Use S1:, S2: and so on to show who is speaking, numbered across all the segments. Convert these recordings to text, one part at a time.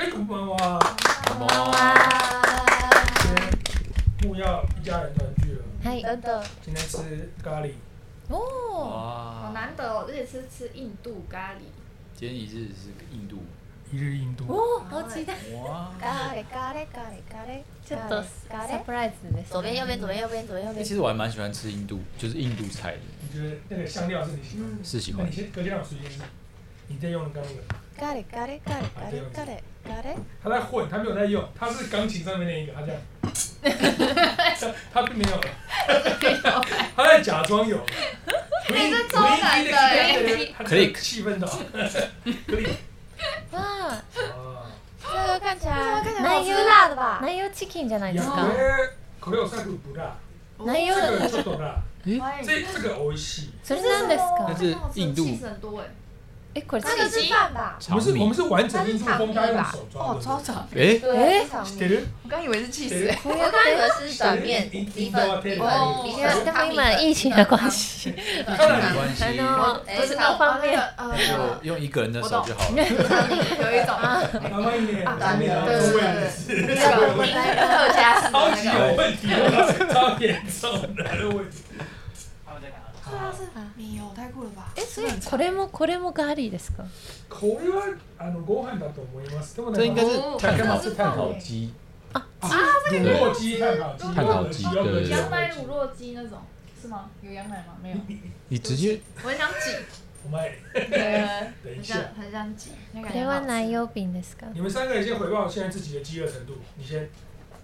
S1: んばんは。
S2: こんばんは。
S1: 先木曜一家人团聚了，
S2: はい。
S3: 真的，
S1: 今天吃咖喱，
S2: おー
S4: 哇，
S3: 好难得哦！日式吃印度咖喱，
S4: 今天一日是印度，
S1: 一日印度。
S3: 哦
S2: おー、好期待。
S4: 哇！
S5: ガレガレガレガレ
S2: ちょっと
S5: ガ
S2: サ
S5: レ
S2: プライズです、ね。
S6: 左边右边左边右边左边右
S4: 欸
S6: 边。
S4: 其实我还蛮喜欢吃印度，就是印度菜的，
S1: 你觉得那个香料是你喜欢
S3: 嗯
S1: 的？
S4: 是喜
S1: 那
S4: 欢
S1: 你。先隔天让我时间是，你在用的刚那个，
S5: ガレガレガレガレガレガレ
S1: 他在混，他没有在用，他是钢琴上面那一个，他 这样，他他并没有，他在假装有。你
S3: 哎这超难的欸
S1: 他这个气氛的，click
S2: わあ、
S1: 啊。
S5: 这个看起来看
S2: 起来好吃
S5: 辣的吧？
S2: 内容チキンじゃないです
S1: こ
S2: か。
S1: れこれおそらく不辣，
S2: 内容
S1: 这个ちょっと辣，
S3: 哎
S1: 这这个美味しい。
S2: それなんです
S4: 但
S2: か。
S4: 是印度
S3: 气很多哎，
S2: え、これチ
S3: 那
S5: 这
S3: 个
S5: 个
S2: キ
S5: 是饭吧？
S1: 我
S4: 炒
S1: 们是我
S4: 米
S1: 们，是完整印度风，大家用手抓
S5: 哦
S1: 的，。
S5: 超长。
S4: 哎，
S2: え
S5: 长
S1: 知ってる？
S6: 我刚以为是气
S1: 死
S2: ン。こうやっ
S6: 我刚以
S2: て。
S6: 为是擀面米粉米粉米
S3: 哦
S2: でも今疫情の关系、
S4: 疫情的关系
S2: あ，の
S6: え
S2: ごちの方面、
S4: 那就用一个人的手就好了。
S6: 有一种
S1: 麻烦一点，麻烦一点，
S6: 对对
S1: 中
S6: 对
S1: 卫也是，
S6: 特加时
S1: 超级有问题的，超严重的问题。好
S5: 没有，太酷了吧？
S2: え、
S3: 哎
S2: それこれもこれもガーリーですか。
S1: これはあのご飯だと思います。でも
S4: 这应该
S1: ね、
S4: 是炭
S1: 干嘛
S4: 烤
S1: 是炭烤鸡？
S4: 鸡，
S1: 乳酪鸡、炭烤鸡、
S4: 炭烤鸡对对对
S3: 羊奶乳酪鸡那种是吗？有羊奶吗？没有，
S4: 你直接
S3: 我很想挤，
S1: 我们
S3: 对，
S1: 等一
S3: 很
S1: 下
S3: 想，很想挤。那个
S2: これは内容瓶ですか。
S1: 你们三个人先回报现在自己的饥饿程度，你先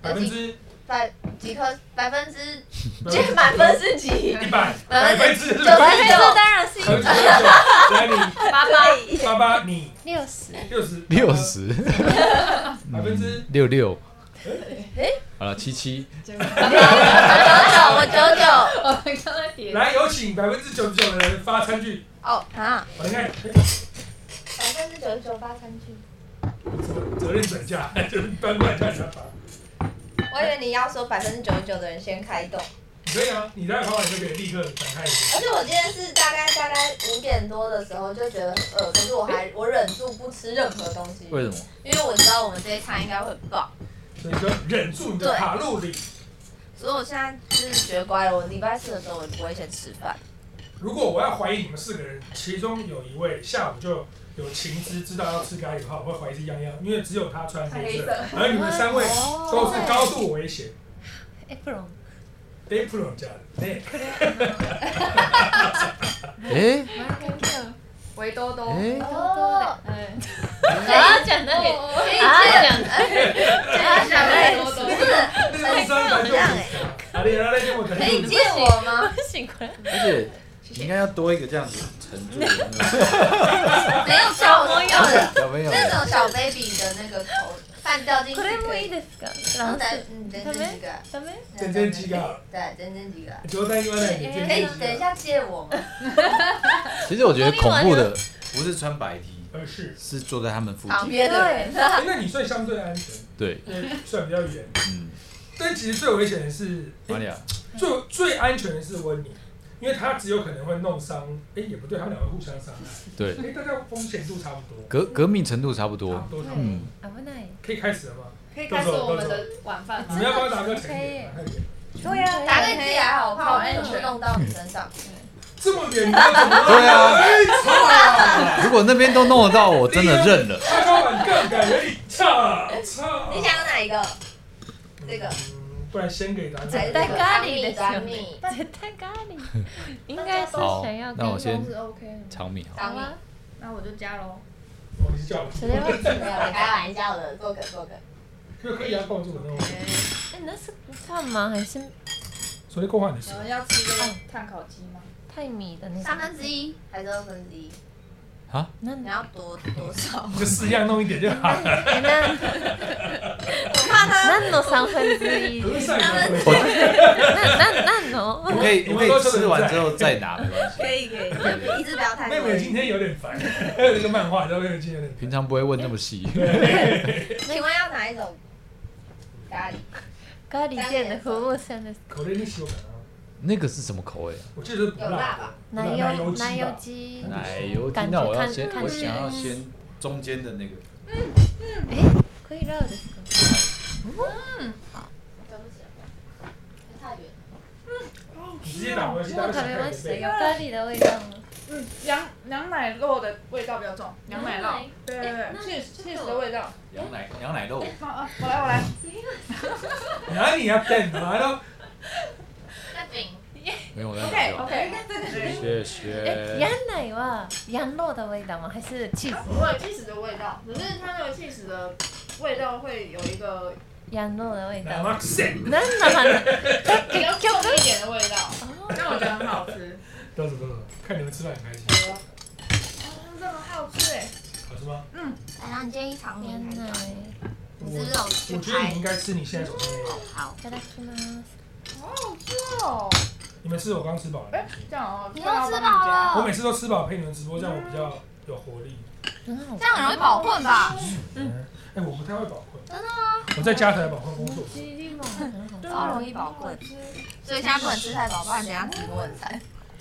S1: 百分之
S6: 百几颗百分之
S1: 满
S6: 分之几？
S1: 一百，百
S6: 百
S1: 分
S6: 分
S1: 之九
S2: これは当 然是
S1: 九，来你
S3: 八八
S1: 八八你
S2: リオス。
S1: 六十，
S4: 六十，嗯
S1: 百分之
S4: 六六，好了，七七，
S6: 我九九，
S1: 来有请百分之九十九的人发餐具，
S5: 哦啊，
S1: 我来看哎
S5: 百分之九十九八三句。
S1: 责任转嫁， 就是搬过来家想法。
S6: 我以为你要说百分之九十九的人先开动，
S1: 可以啊，你在旁边就可以立刻展开一个。
S6: 而且我今天是大概大概五点多的时候就觉得很饿，可是我还我忍住不吃任何东西，
S4: 为什么？
S6: 因为我知道我们这一餐应该会很爆，
S1: 所以说忍住你的卡路里。
S6: 所以我现在就是学乖了。我礼拜四的时候我不会先吃饭，
S1: 如果我要怀疑你们四个人，其中有一位下午就有情知知道要吃咖喱的话，我会怀疑是泱泱，因为只有他穿黑
S6: 黑
S1: 色
S6: 色，
S1: 而你们三位都是高度危险。
S2: エプロン。
S1: d a y p r o 家的，对，
S4: 哎
S3: 围兜兜，
S4: 哎，
S5: 哦，
S3: 嗯，
S2: あーじゃない。あ
S3: 哦，
S2: ーじゃない。
S3: 想
S6: 哎
S3: 围兜 兜，
S1: 那个第三排就不行。好的，来来，我等
S6: 可以
S1: 你。
S6: 借我吗？
S2: 不行これ。
S4: 而且你应该要多一个这样子沉住的那
S6: 没有小朋友的
S4: 个小朋友
S6: 那种小 baby 的那个头，饭掉进去
S2: これも
S6: 可
S2: い
S6: 以
S2: い。ですか。フランス。
S6: 然后再嗯，整整几个，
S2: ダメ？
S1: 整整几个，
S6: 对，整整几个。
S1: 就在另外那里
S6: 可以
S1: 见
S6: 等一下借我吗？
S4: 其实我觉得恐怖的不是穿白 T，
S1: 而呃是，
S4: 是坐在他们附
S6: 旁
S4: 近。
S6: 边的人，
S1: 哎那你算相对安全，
S4: 对，
S1: 因为算比较远。
S4: 嗯，
S1: 但其实最危险的是，
S4: 玛利亚，
S1: 最最安全的是温妮，因为他只有可能会弄伤，哎，也不对，他们两个互相伤害，
S4: 对，
S1: 哎，大家风险度差不多，
S4: 革革命程度差不
S1: 差
S4: 多
S1: 不。多，差不多，
S4: 嗯，
S2: 危ない。
S1: 可以开始了吗？
S3: 可以开始我们的晚饭
S6: 嗯
S1: 你。们要不要打个成语？快点
S5: 对呀，
S6: 打给自己还好，我怕我安全弄到你身上。
S1: 这么远，你要怎么？
S4: 对啊
S1: 哎，操！
S4: 如果那边都弄得到，我真的认了。
S1: 他高板杠杆，哎，操操！
S6: 你想要哪一个？这个
S1: 嗯，不然先给答案。
S2: 大概咖喱的
S6: 小米，
S2: 絶対ガーリー。应该是
S4: 好
S2: 想要，
S4: 那我
S2: 跟
S4: 先
S3: 是 OK 的，
S4: 炒米好。
S6: 小米，
S3: 那我就加喽。
S1: 我是叫我，
S2: それは
S6: 没有开玩笑的，做个做个。
S1: 就可以要告诉我那种。
S2: え、ナスタンマン还是
S1: 所以共犯的事
S3: 我，们要吃这个炭烤鸡吗？
S2: タイミーだね。
S6: 三分之一还是二分之一？
S2: なん
S6: 你
S2: だ。
S6: 要多多少？
S1: 就四样弄一点就好了。
S2: えなん
S6: 我怕他
S2: 何の三分之一？
S1: 不是
S2: な
S1: 善良的，
S2: ななんの？
S4: 我可以，我可以吃完之后再拿，没关系。
S6: 可以可以，一次不要太
S1: 妹
S6: 多。
S1: 妹今天有点烦，那个漫画，你知道妹妹今天有点烦。
S4: 平常不会问那么细。
S6: 请问要哪一种咖喱？
S2: ガーリーでの不物さんです。
S1: 口令你喜欢啊？
S4: 那个是什么口味啊？
S1: 我记得是不
S6: 有辣
S1: 辣
S6: 吧
S1: 的，
S2: 奶
S1: 奶油
S2: 油
S1: 鸡吧
S2: 奶油鸡。
S4: 奶油鸡
S2: 感觉
S4: 那我要先，
S2: 看
S4: 我想要先中间的那个。
S2: これ違うですか
S1: 你直接打回去，
S2: も
S1: 大家想
S2: う食べ
S1: 看
S2: ま
S1: 一
S2: した
S1: 遍
S2: よ。咖喱的味道吗？
S3: 嗯，羊羊奶肉的味道比较重，羊奶哎
S2: 羊
S3: 酪
S2: 奶，
S3: 对对对
S2: 那
S3: ，cheese
S2: 这
S3: cheese
S2: 个
S3: 的味道。
S4: 羊奶羊奶肉，
S3: 好啊，我来我来，
S1: 哪里要干嘛呢？
S4: 没有我在
S3: OK
S4: 讲。
S3: 哎 OK，这个是
S4: 谢
S2: え、
S4: 谢。
S2: 羊奶は羊肉的味道吗？还是 cheese？
S3: 我有 cheese 的味道，可是它那个 cheese 的味道会有一个
S2: 羊肉的味
S1: 哪
S2: 道。
S1: 嘛塞？
S2: 何の話？
S3: 比较重一点的味道，但哎我觉得很好吃。
S1: 到时候到时候看你们吃饭很开心，
S3: 哦这么好吃哎！
S1: 好吃吗？
S6: 哎
S5: 来啦，你建议长年
S2: 羊
S5: 还
S2: 奶
S5: 是，
S1: 我
S5: 这种去
S1: 我觉得
S5: 拍
S1: 你应该吃你现在手上那个。
S5: 好
S2: い？ただきます。
S3: 好好吃哦！
S1: 你们吃我刚吃饱了
S3: 哎
S1: 没关系，
S3: 这样哦，
S5: 你
S3: 这样
S5: 都吃
S3: 帮你
S5: 饱
S3: 夹，
S1: 我
S5: 了
S1: 每，次都吃饱陪你们直播，这样我比较有活力。
S2: 很好
S5: 这。样很容易跑混吧？
S1: 嗯，哎，我不太会保困，
S5: 真的吗？
S1: 我在家才保困工作。
S2: 鸡丁猛很好。
S5: 超容易饱困，所以现在不能吃太饱，不然等一下直播很惨。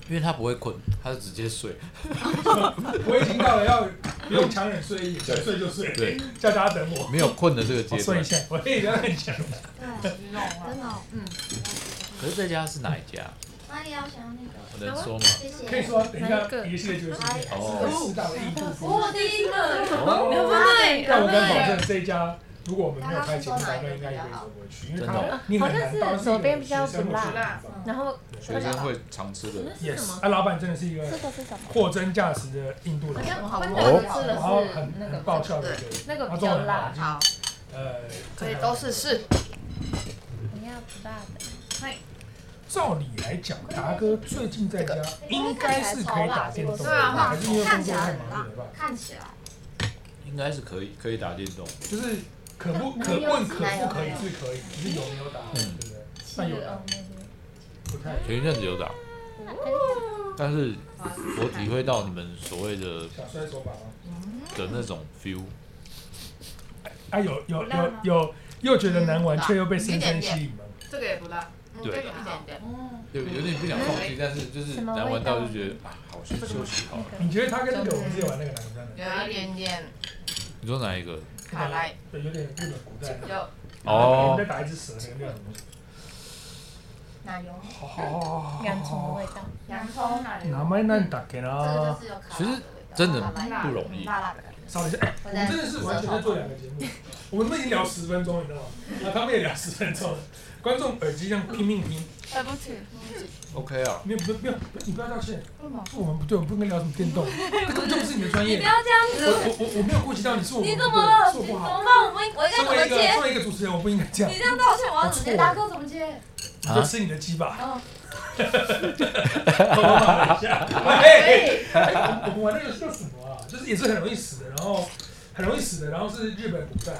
S4: 因为他不会困，他就直接睡。
S1: 我已经到了要不用强忍睡意，想睡就睡，
S4: 对，
S1: 叫大家等我。
S4: 没有困的这个
S1: 我哦
S4: 阶
S1: 睡一
S4: 段。
S1: 下，我也在讲。
S5: 对，
S3: 你懂吗
S5: 真的哦。
S4: 可是这家是哪一家？
S5: 哪里要想要那个？
S4: 我能说吗？
S5: 谢
S1: 可以
S5: 谢。
S1: 说，等一下一个系列就是会适当的异度风险。
S4: 哦，
S1: 但我敢保证，这一家如果我们没有开节目，大家应该也会走过哦去，因为它你很难到
S2: 然后
S4: 学生会常吃的。
S1: Yes，啊，老板真的是一个
S2: 这个是什么？
S1: 货真价实的印度老板，
S2: 好像
S4: 哦
S2: 我吃的
S1: 然后
S2: 是
S1: 很
S2: 那
S1: 很爆
S2: 个
S1: 笑的一个人，
S2: 那个
S1: 他
S2: 比
S1: 中
S2: 较
S1: 文
S2: 辣，
S1: 好，
S5: 好，
S1: 呃，
S3: 所以都是是，
S2: 我要不辣的。
S1: 照理来讲，达哥最近在家应该是可以打电动的，还是因为工作太忙没办法，
S5: 看起来
S4: 应该是可以，可以打电动。
S1: 就是可不可问可不可以是可以，只是有没有打，对不对？那有打不太
S4: 前一阵子有打，但是我体会到你们所谓的
S1: 想摔手把吗？
S4: 的那种 feel，
S1: 啊，有有有有又觉得难玩，却又被深深吸引吗？
S3: 这个也不辣，
S4: 对
S3: 这个一点点。
S4: 有有点不想放弃，但是就是难玩到就觉得啊，好先休息好了。
S2: 嗯
S1: 你觉得他跟那个我们之前玩那个哪个比较难？
S3: 有一点点
S4: 你说哪一个？
S3: 卡莱，
S1: 对，有点日本古代。哎
S3: 有
S1: 哦
S4: 哦
S1: 再打一只蛇，那个叫什么？
S3: 奶油、
S1: 好好好好
S2: 洋葱的味道。
S3: 洋葱、奶
S1: 名
S3: 油。
S1: 前なんだっけ
S5: 这个
S1: な
S5: 就？是有卡
S4: 其实真的不容易。
S5: 辣辣的感觉。
S1: 稍等一下，我们真的是完全在做两个节目，我们已经聊十分钟，你知道吗？啊，他们也聊十分钟了，观众耳机这样拼命听，
S5: 对不起，
S4: OK 啊，
S1: 没有不没有，你不要道歉，我们不对，我们不应该聊什么电动，这根本就不是你的专业。
S5: 这样
S1: 我我我我没有顾及到你，是我们不对，是我不好。
S5: 办？我们我应
S1: 作为一个？作为一个主持人，我不应该这样，
S5: 这样道歉，我
S1: 要怎么接大
S5: 哥怎么接？
S1: 你就吃你的鸡吧。
S5: 嗯
S1: 偷偷骂了一下。喂，哎我们玩那个叫什么啊？就是也是很容易死的，然后很容易死的，然后是日本古代，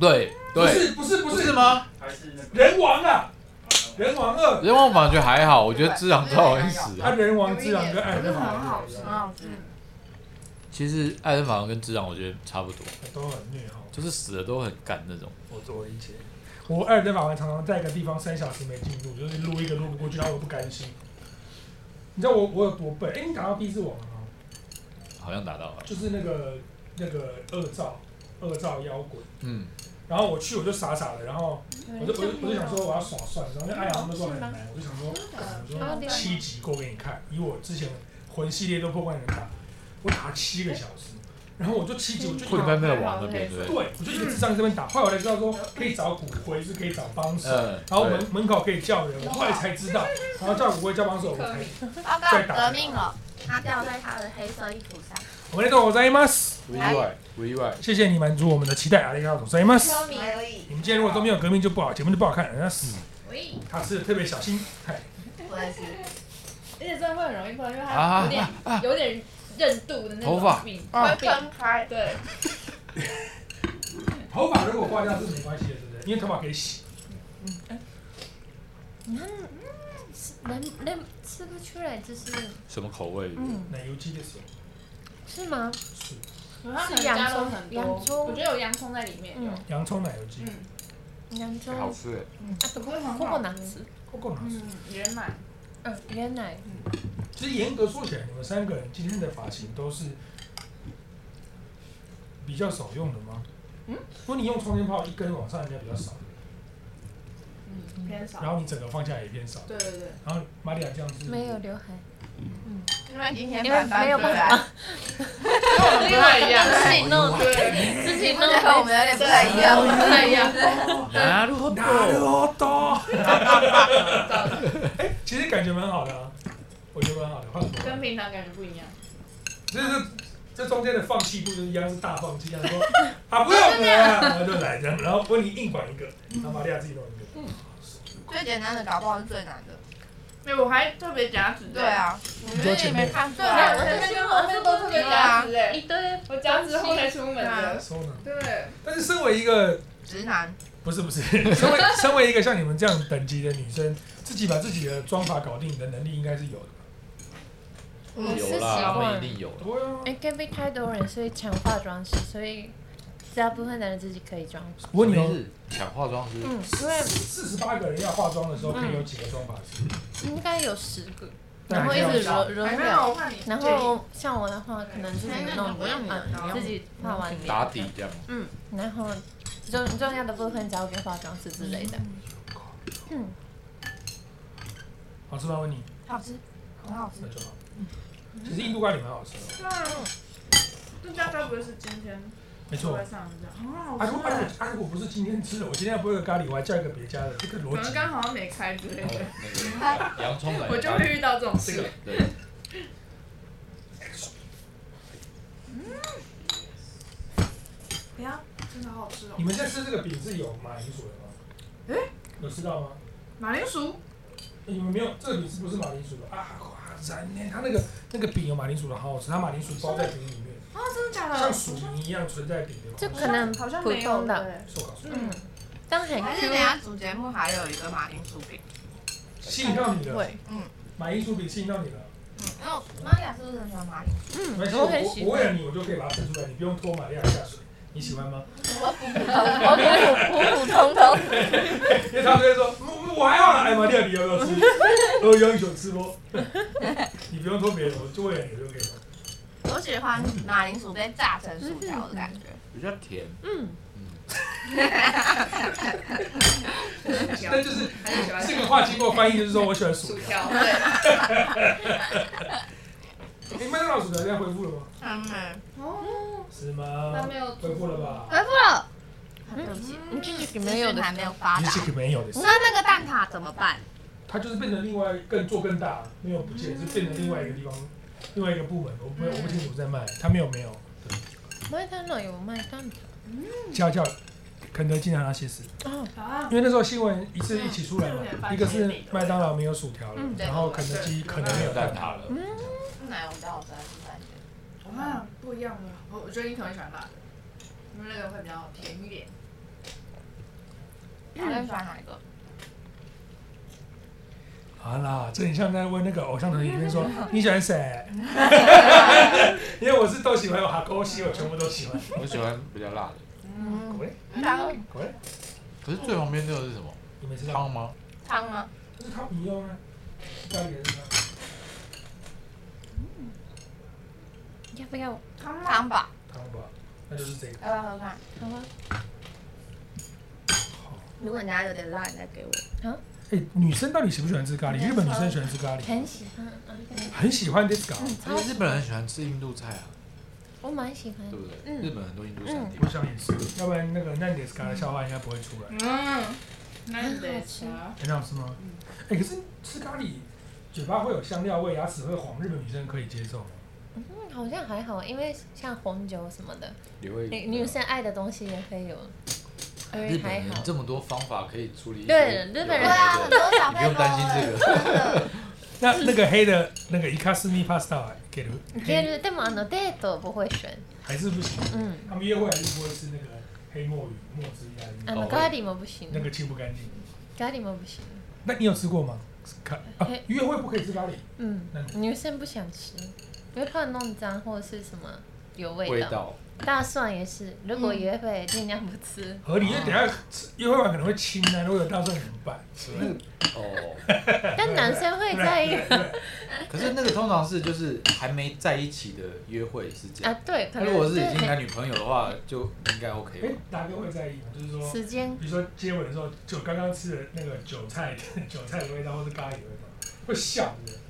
S4: 对
S1: 不
S4: 对，
S1: 是不是不
S4: 不
S1: 是
S4: 是吗？
S1: 人王啊，人王二，
S4: 人王反而觉还好，我觉得智障超容易死
S1: 他
S4: 啊。
S1: 人王之狼跟艾人
S3: 很
S1: 法
S3: 好吃，很好吃。
S4: 其实艾登法王跟智障我觉得差不多，
S1: 都很虐哈。
S4: 就是死的都很干那种。
S1: 我我理解。我艾尔登法环常常在一个地方三小时没进入，就是录一个录不过去，然后我不甘心。你知道我我有多笨？哎、你打到第四网了吗？
S4: 好像打到了，
S1: 就是那个那个恶兆恶兆妖鬼，
S4: 嗯，
S1: 然后我去我就傻傻的，然后我就我就我就想说我要耍帅，然后那艾尔他们说很难，我就想说，我说七集够给你看，以我之前魂系列都破万人打，我打了七个小时，然后我就七集我就一
S4: 会
S1: 个
S4: 拍卖王那边对不对？
S1: 对，我就一个智障在这边打，后来我才知道说可以找骨灰，是可以找帮手，
S4: 嗯，
S1: 然后
S4: 对
S1: 门门口可以叫人，我后来才知道，然后叫骨灰叫帮手，我才。
S5: 阿
S1: 再
S5: 刚
S1: 打
S5: 得命了，他掉在他的黑色衣服上。
S1: 我们我在吗？
S4: 不意外，不意外。
S1: 谢谢你满足我们的期待，ありがとうございます。
S6: 车迷而已。
S1: 你们今天如果都没有革命就不好，节目就不好看，人家死。
S3: 喂，
S1: 他吃的特别小心，哎嗨，
S6: 我也是。
S3: 而且这会很容易喷，因为它
S4: 啊
S3: 有点有点韧度的那
S4: 头发
S3: 种饼，
S1: 啊
S3: 会分开。对，
S1: 头发如果刮掉是没关系的，对不对？因为头发可以洗。
S2: 能能吃不出来，就是
S4: 什么口味？
S2: 嗯，
S1: 奶油鸡的时候
S2: 是吗？
S1: 是
S3: 它可
S2: 是
S3: 能
S2: 洋
S3: 加了
S2: 葱
S3: 很
S2: 洋
S3: 多，
S2: 葱
S3: 我觉得有洋葱在里面。
S2: 嗯，
S1: 洋葱奶油鸡，
S3: 嗯
S2: 洋葱，
S4: 好吃哎，
S2: あと
S3: 不会很
S2: ココ
S3: 好
S2: ナッ
S3: 吃。
S2: ツ。
S1: 够够好吃。
S3: 嗯，圆满。
S2: 嗯，原来
S1: 其实严格说起来，你们三个人今天的发型都是比较少用的吗？如果你用充电炮一根往上，应该比较少，
S3: 偏
S1: 然
S3: 少。
S1: 后你整个放下来也偏少。
S3: 对对对，
S1: 然后玛利亚这样子，
S2: 没有刘海，
S5: 因为今天
S2: 因为
S5: 板
S2: 没有办
S5: 法，
S2: 法，
S3: 跟我们不太一样，
S2: 自己弄的，
S3: 对，
S2: 自己
S6: 你
S2: 弄
S6: 不觉得我
S2: 的。
S6: 们有点不太一样吗？
S3: 不太一样。
S4: なるほ
S1: なる
S4: ど。
S1: ほど。哎，其实感觉蛮好的啊，我觉得蛮好的，换我
S3: 跟平常感觉不一样。
S1: 就是这中间的放弃不就是一样是大放弃，他说啊不用了， 然后就来这样，然后问你硬管一个，然后玛利亚自己弄一个，
S5: 最简单的搞不好是最难的。
S3: 对，我还特别夹指
S5: 对，啊，我觉得你没看出
S3: 对啊
S5: 来，
S3: 我
S5: 我
S3: 的
S5: 是
S3: 天我是都特别夹指哎，
S2: 一堆
S3: 我夹指后才出门的。
S1: 收呢。
S3: 对，
S1: 但是身为一个
S5: 直男，
S1: 不是不是，身为身为一个像你们这样等级的女生，自己把自己的妆法搞定，你的能力应该是有的吧。
S2: 我是
S4: 有
S2: 习
S4: 啦，他们
S2: 惯
S4: 一定有了。
S1: 对啊。
S2: ，AKB 太多人，所以抢化妆师，所以大部分的人自己可以装。
S1: 不过你哦有
S4: 是抢化妆师，
S2: 嗯，因为
S1: 四十八个人要化妆的时候，可以有几个妆法师？
S2: 应该有十个，
S1: 但
S2: 然后一
S1: 还
S2: 直
S1: 是要
S2: 轮轮
S3: 没有
S2: 流。
S3: 我看你，
S2: 然后像我的话，可能自己弄
S5: 不用你
S2: 啊
S5: 不用
S2: 自己画完脸
S4: 打底这样。
S2: 嗯，然后重重要的部分交给化妆师之类的。嗯，
S1: 好吃吗？问你，
S5: 好吃，很好吃
S1: 那。就好。其实印度咖喱蛮好吃的，
S3: 这家该不会是今天
S1: 没
S3: 出
S1: 错。
S3: 来上的？很好
S1: 啊，如果
S3: 吃
S1: 啊，啊如果不是今天吃的，我今天要不会有咖喱，我还叫一个别家的，这个
S3: 可
S1: 逻
S3: 能
S1: 辑。
S3: 刚好没开之类
S4: 然后
S3: 的，
S4: 哦那个洋葱奶
S3: 我就
S4: 咖
S3: 会
S4: 喱，
S3: 遇到这种
S4: 这个
S3: 事。
S4: 对，
S3: 不要，真的好好吃哦
S1: 你。们现在吃这个饼是有马铃薯的吗？有吃到吗？
S3: 马铃 薯，
S1: 欸你们没有，这个饼是不是马铃薯的啊？哇然呢，它那个那个饼有马铃薯的，好好吃，它马铃薯包在饼里面，
S3: 啊，真的
S6: 嗯
S3: 假的？
S1: 像薯泥一样存在饼的。
S2: 就可能
S3: 好像
S2: 普
S3: 没有
S2: 通的，
S3: 对
S1: 是我告诉你，
S2: 嗯，但很啊
S5: 还是
S2: Q
S5: 等一下主节目还有一个马铃薯饼，
S1: 吸引到你了，
S2: 味，
S1: 马铃薯饼吸引到你了。
S5: 嗯，因为玛利亚是不是很喜欢马铃薯？
S2: 嗯
S1: 没关系，
S2: 我很
S1: 我
S2: 喜
S1: 我为了
S2: 欢。
S1: 你，我就可以把它吃出来，你不用拖玛利亚下水。你喜欢吗？
S6: 我普普普通通，
S1: 因为他们就会说，嗯我还好啦，哎玛利亚，你要不要吃？ 我要求吃不？ 你不用拖别人，我就为了你我就可以了。
S5: 我喜欢马铃薯被炸成薯条的感觉。
S4: 比较甜。
S2: 嗯，
S1: 但就是
S3: 还是喜欢
S1: 这个话经过翻译，就是说我喜欢薯
S3: 薯
S1: 条。
S3: 条，对，
S1: 哎，麦当劳薯条现在恢复了吗？
S5: 嗯，嗯
S3: 哦，
S1: 是
S3: 那
S1: 吗
S3: 没？有
S1: 恢复了吧？
S5: 恢复了。很对不起，
S2: 你这是
S5: 资
S2: 没有
S5: 讯
S2: 的，
S5: 还没有发
S1: 你
S5: 达
S1: 是。个没有的，
S5: 那那个蛋挞怎么办？
S1: 它就是变成另外更做更大，没有不见，是变成另外一个地方，另外一个部门。我不我不清楚在卖，它没有没有。
S2: 麦当劳有麦当劳。
S1: 叫叫肯德基拿它歇斯，
S2: 哦，
S3: 啊，
S1: 因为那时候新闻一次一起出来嘛
S3: 嗯这有点，
S1: 一个是麦当劳没有薯条了
S2: 嗯，
S1: 然后肯德基可能没有蛋挞了。
S5: 奶油比较好吃还是番茄？
S3: 哇，不一样了。我我觉得你可能喜欢辣的，因为那个会比较甜一点。
S5: 你会喜欢哪一个？
S1: 好啦，这很像在问那个偶像团体里面说你喜欢谁，因为我是都喜欢，我哈勾西我全部都喜欢。
S4: 我喜欢比较辣的。
S3: 嗯，
S1: 喂
S5: 汤
S1: 喂，
S4: 可是最旁边那个是什么？
S1: 你们知道
S4: 汤吗？
S5: 汤吗？
S1: 这是汤米用啊，家里人是吗
S2: 要不要？
S3: 汤吗？
S5: 汤吧，
S1: 汤吧，那就是这个。
S5: 要不要喝看？
S2: 好啊，
S5: 如果你家有点辣，你再给我。
S1: 哎，女生到底喜不喜欢吃咖喱？日本女生喜欢吃咖喱，
S2: 很喜欢，嗯
S1: 很喜欢这个咖喱。
S2: 啊嗯，
S4: 因
S2: 超
S4: 为日本人很喜欢吃印度菜啊，
S2: 我蛮喜欢
S4: 对
S2: 的。
S4: 不对？
S2: 嗯
S4: 日本很多印度餐厅
S1: 我。想也是，要不然那个那你的咖喱笑话应该不会出来。
S3: 嗯，那你得吃。
S1: 很好吃吗？
S2: 嗯
S1: 哎，可是吃咖喱，嘴巴会有香料味，牙齿会黄，日本女生可以接受吗？
S2: 嗯，好像还好，因为像红酒什么的，
S4: 也会啊
S2: 女女生爱的东西也会有，所
S4: 日
S2: 以
S4: 本
S2: 还
S4: 人
S2: 好。
S4: 这么多方法可以处理一些。
S2: 对日本人
S5: 对啊，很多小
S4: 你不用担心这个。
S5: 个。
S1: 那那个黑的那个伊卡斯米 pasta 给的，
S2: けるでもあのデート不会选。
S1: 还是不行。
S2: 嗯，
S1: 他们约会还是不会吃那个黑墨鱼、墨汁意大利
S2: あ
S1: 面，
S2: のガリも不行
S1: 那，个清不干净。
S2: ガリも不行。
S1: 那你有吃过吗？咖啊
S2: 嘿，
S1: 约会不可以吃咖喱，
S2: 嗯
S1: 那，
S2: 女生不想吃，因为怕弄脏或者是什么有味
S4: 味
S2: 道。
S4: 道，
S2: 大蒜也是，如果约会尽量不吃。
S1: 合理，因为等一下吃约会完可能会清啊，如果有大蒜怎么办？
S4: 那个哦，
S2: 但男生会 在意
S1: 对对对
S4: 可是那个通常是就是还没在一起的约会是这
S2: 啊
S4: 样。，
S2: 对，可
S4: 那
S2: 能
S4: 如果是已经
S2: 对
S4: 男女朋友的话，就应该 OK
S1: 哎
S4: 吧？，
S1: 大哥会在意吗？就是说，
S2: 时间
S1: 比如说接吻的时候，就刚刚吃的那个韭菜 韭菜的味道，或是咖喱的味道，会笑的。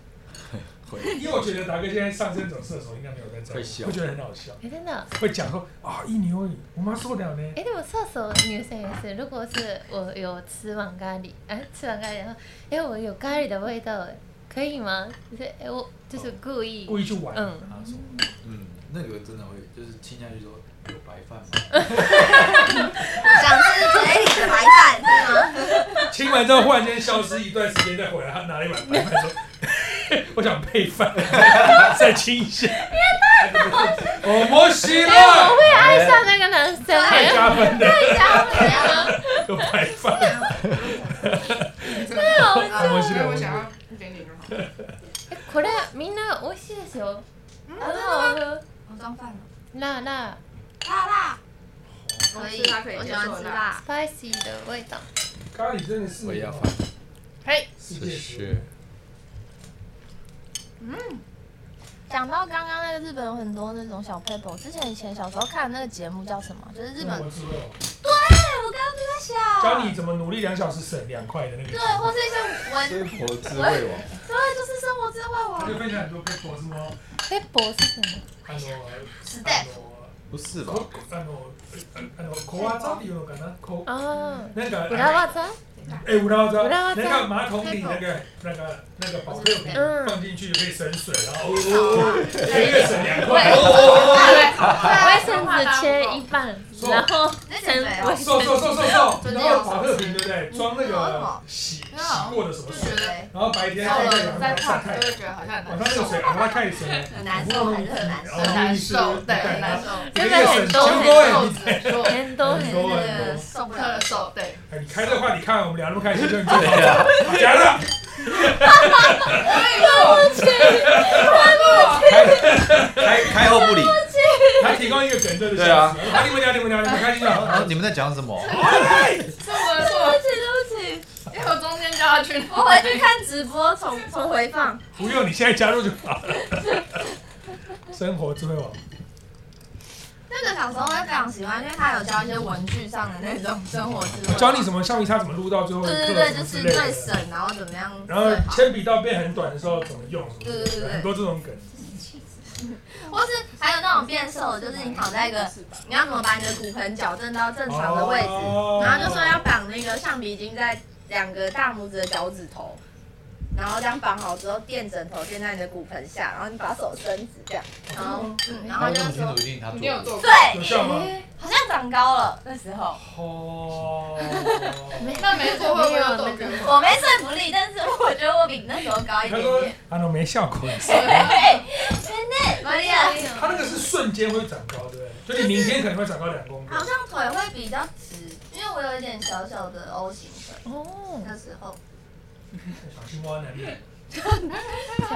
S4: 会，
S1: 因为我觉得达哥现在上升走射手应该没有在在
S4: 会
S1: 意，
S4: 笑
S1: 会觉得很好笑，
S2: 哎，真的，
S1: 会讲说啊，一牛一，我妈说了呢。
S2: 哎，对我厕所女生也是，如果是我有吃完咖喱，哎，吃完咖喱，然后，哎，我有咖喱的味道，哎，可以吗？就是，哎，我就是故意，
S1: 故意去玩，
S2: 嗯
S1: 啊什么
S4: 嗯，那个真的会就是亲下去说哎有白饭吗？
S6: 想吃嘴里的白饭，对吗？
S1: 亲完之后忽然间消失一段时间再回来，他拿了一碗白饭说：“ 我想配饭， 再亲一下。”我摩西
S2: 哎，我
S1: 了，
S2: 会爱上那个男生，
S1: 太
S2: 哎，
S1: 加分了，
S2: 对呀，
S1: 有白饭。
S2: 好
S1: 啊摩西
S3: 所以
S1: 了，
S3: 我想要一点点就好。
S2: これみんな美味しいですよ。
S6: 嗯，
S2: 很好喝，
S6: 我装饭了，
S2: 辣辣
S6: 辣辣，
S3: 我吃它可以
S6: 我
S3: 接
S6: 喜欢
S3: 受
S6: 吃
S3: 的
S6: 辣
S3: 辣。
S2: spicy 的味道。
S1: 咖喱真的是
S4: 我也要饭，
S2: 嘿，
S1: 世
S4: 是
S1: 界
S4: 是
S1: 食。
S7: 讲到刚刚那个日本有很多那种小 paper，我之前以前小时候看的那个节目叫什么？就是日本
S1: 我知道
S6: 我刚刚就在想，
S1: 教你怎么努力两小时省两块的那个。
S6: 对，或是一些文，
S4: 生活滋味网，
S6: 对，就是生活智慧
S1: 就
S6: 网，
S1: 分享很多 paper 是吗？
S2: 黑博是什么？
S1: あの、あ
S6: Step
S1: の、
S4: 不是吧？
S1: こあの、あの、小技っていうのかな、こう、
S2: 哦，
S1: なんか、
S2: 裏技？
S1: 哎，五道招，
S2: 裏
S1: 那
S2: 技
S1: 个马桶里那个那个那个保特瓶
S2: 嗯
S1: 放进去就可以省水，然后哦哦，哦一个省两块，
S2: 卫生纸切一半，
S1: 说
S2: 然后
S6: 那减
S2: 成
S6: 肥
S2: 卫
S6: 哦，
S1: 瘦瘦瘦
S2: 生
S1: 瘦瘦，你知道保特瓶对不对？装那个洗洗过的什么
S3: 就
S1: 水
S3: 觉，得
S1: 然后白天放在阳
S3: 在
S1: 台晒
S3: 烫，
S1: 太阳
S3: 就，会觉得好像
S1: 晚
S3: 很
S1: 上那个水往外太深了，
S6: 很难受，还是很难受。
S3: 很难受，对，很难受，
S1: 一个省全
S2: 真的
S1: 国
S2: 很
S1: 哎
S3: 瘦，子说
S2: 纸，都
S1: 很多很多。
S6: 受不了
S3: 特，瘦，对，
S1: 哎，你开这话，你看我们聊那么开心，就你最 好了，假的，
S4: 开开开后不理，
S1: 他提供一个梗，真的
S4: 对啊
S1: 笑死了。啊，你们聊，你们聊，你们开心就好。
S4: 然后你们在讲什么？
S3: 是我错，
S6: 对不起，
S3: 因为我中间叫他去
S6: 我回去看直播重重回放。
S1: 不用，你现在加入就好了。生活智慧网，
S6: 那个小时候会非常喜欢，因为它有教一些文具上的那种生活智慧，
S1: 教你什么橡皮擦怎么录到最后一刻，
S6: 对对对，
S1: 什
S6: 就
S1: 么之
S6: 是啊
S1: 类的
S6: 最省，然后怎么样最
S1: 然后
S6: 好。
S1: 铅笔到变很短的时候怎么用，什么之类的
S6: 对对对对
S1: 很多这种梗。
S6: 或是还有那种变瘦，就是你躺在一个，你要怎么把你的骨盆矫正到正常的位置，
S1: 哦
S6: 然后就说要绑那个橡皮筋在两个大拇指的脚趾头，然后这样绑好之后垫枕头垫在你的骨盆下，然后你把手伸直这样，
S1: 哦
S6: 然后嗯，然后
S4: 他
S6: 就
S4: 这么
S6: 是
S4: 清
S6: 说
S4: 楚一定他做
S3: 你有
S4: 过，
S3: 做过？
S1: 有
S6: 对，
S1: 效吗？
S6: 好像长高了那时候，
S1: 哦，
S3: 那没做会不会有抖肩膀？
S6: 我没说服力，但是我觉得我比那时候高一
S1: 他
S6: 点
S1: 说
S6: 点。
S1: 啊，那没效果。
S6: 嘿，真的，玛利亚，
S1: 他那个是瞬间会长高，对不对？就你明天可能会长高两公分
S6: 好。像腿会比较直，因为我有一点小小的 O 型腿，
S2: 哦，
S6: 那时候。
S1: 小心挖男人。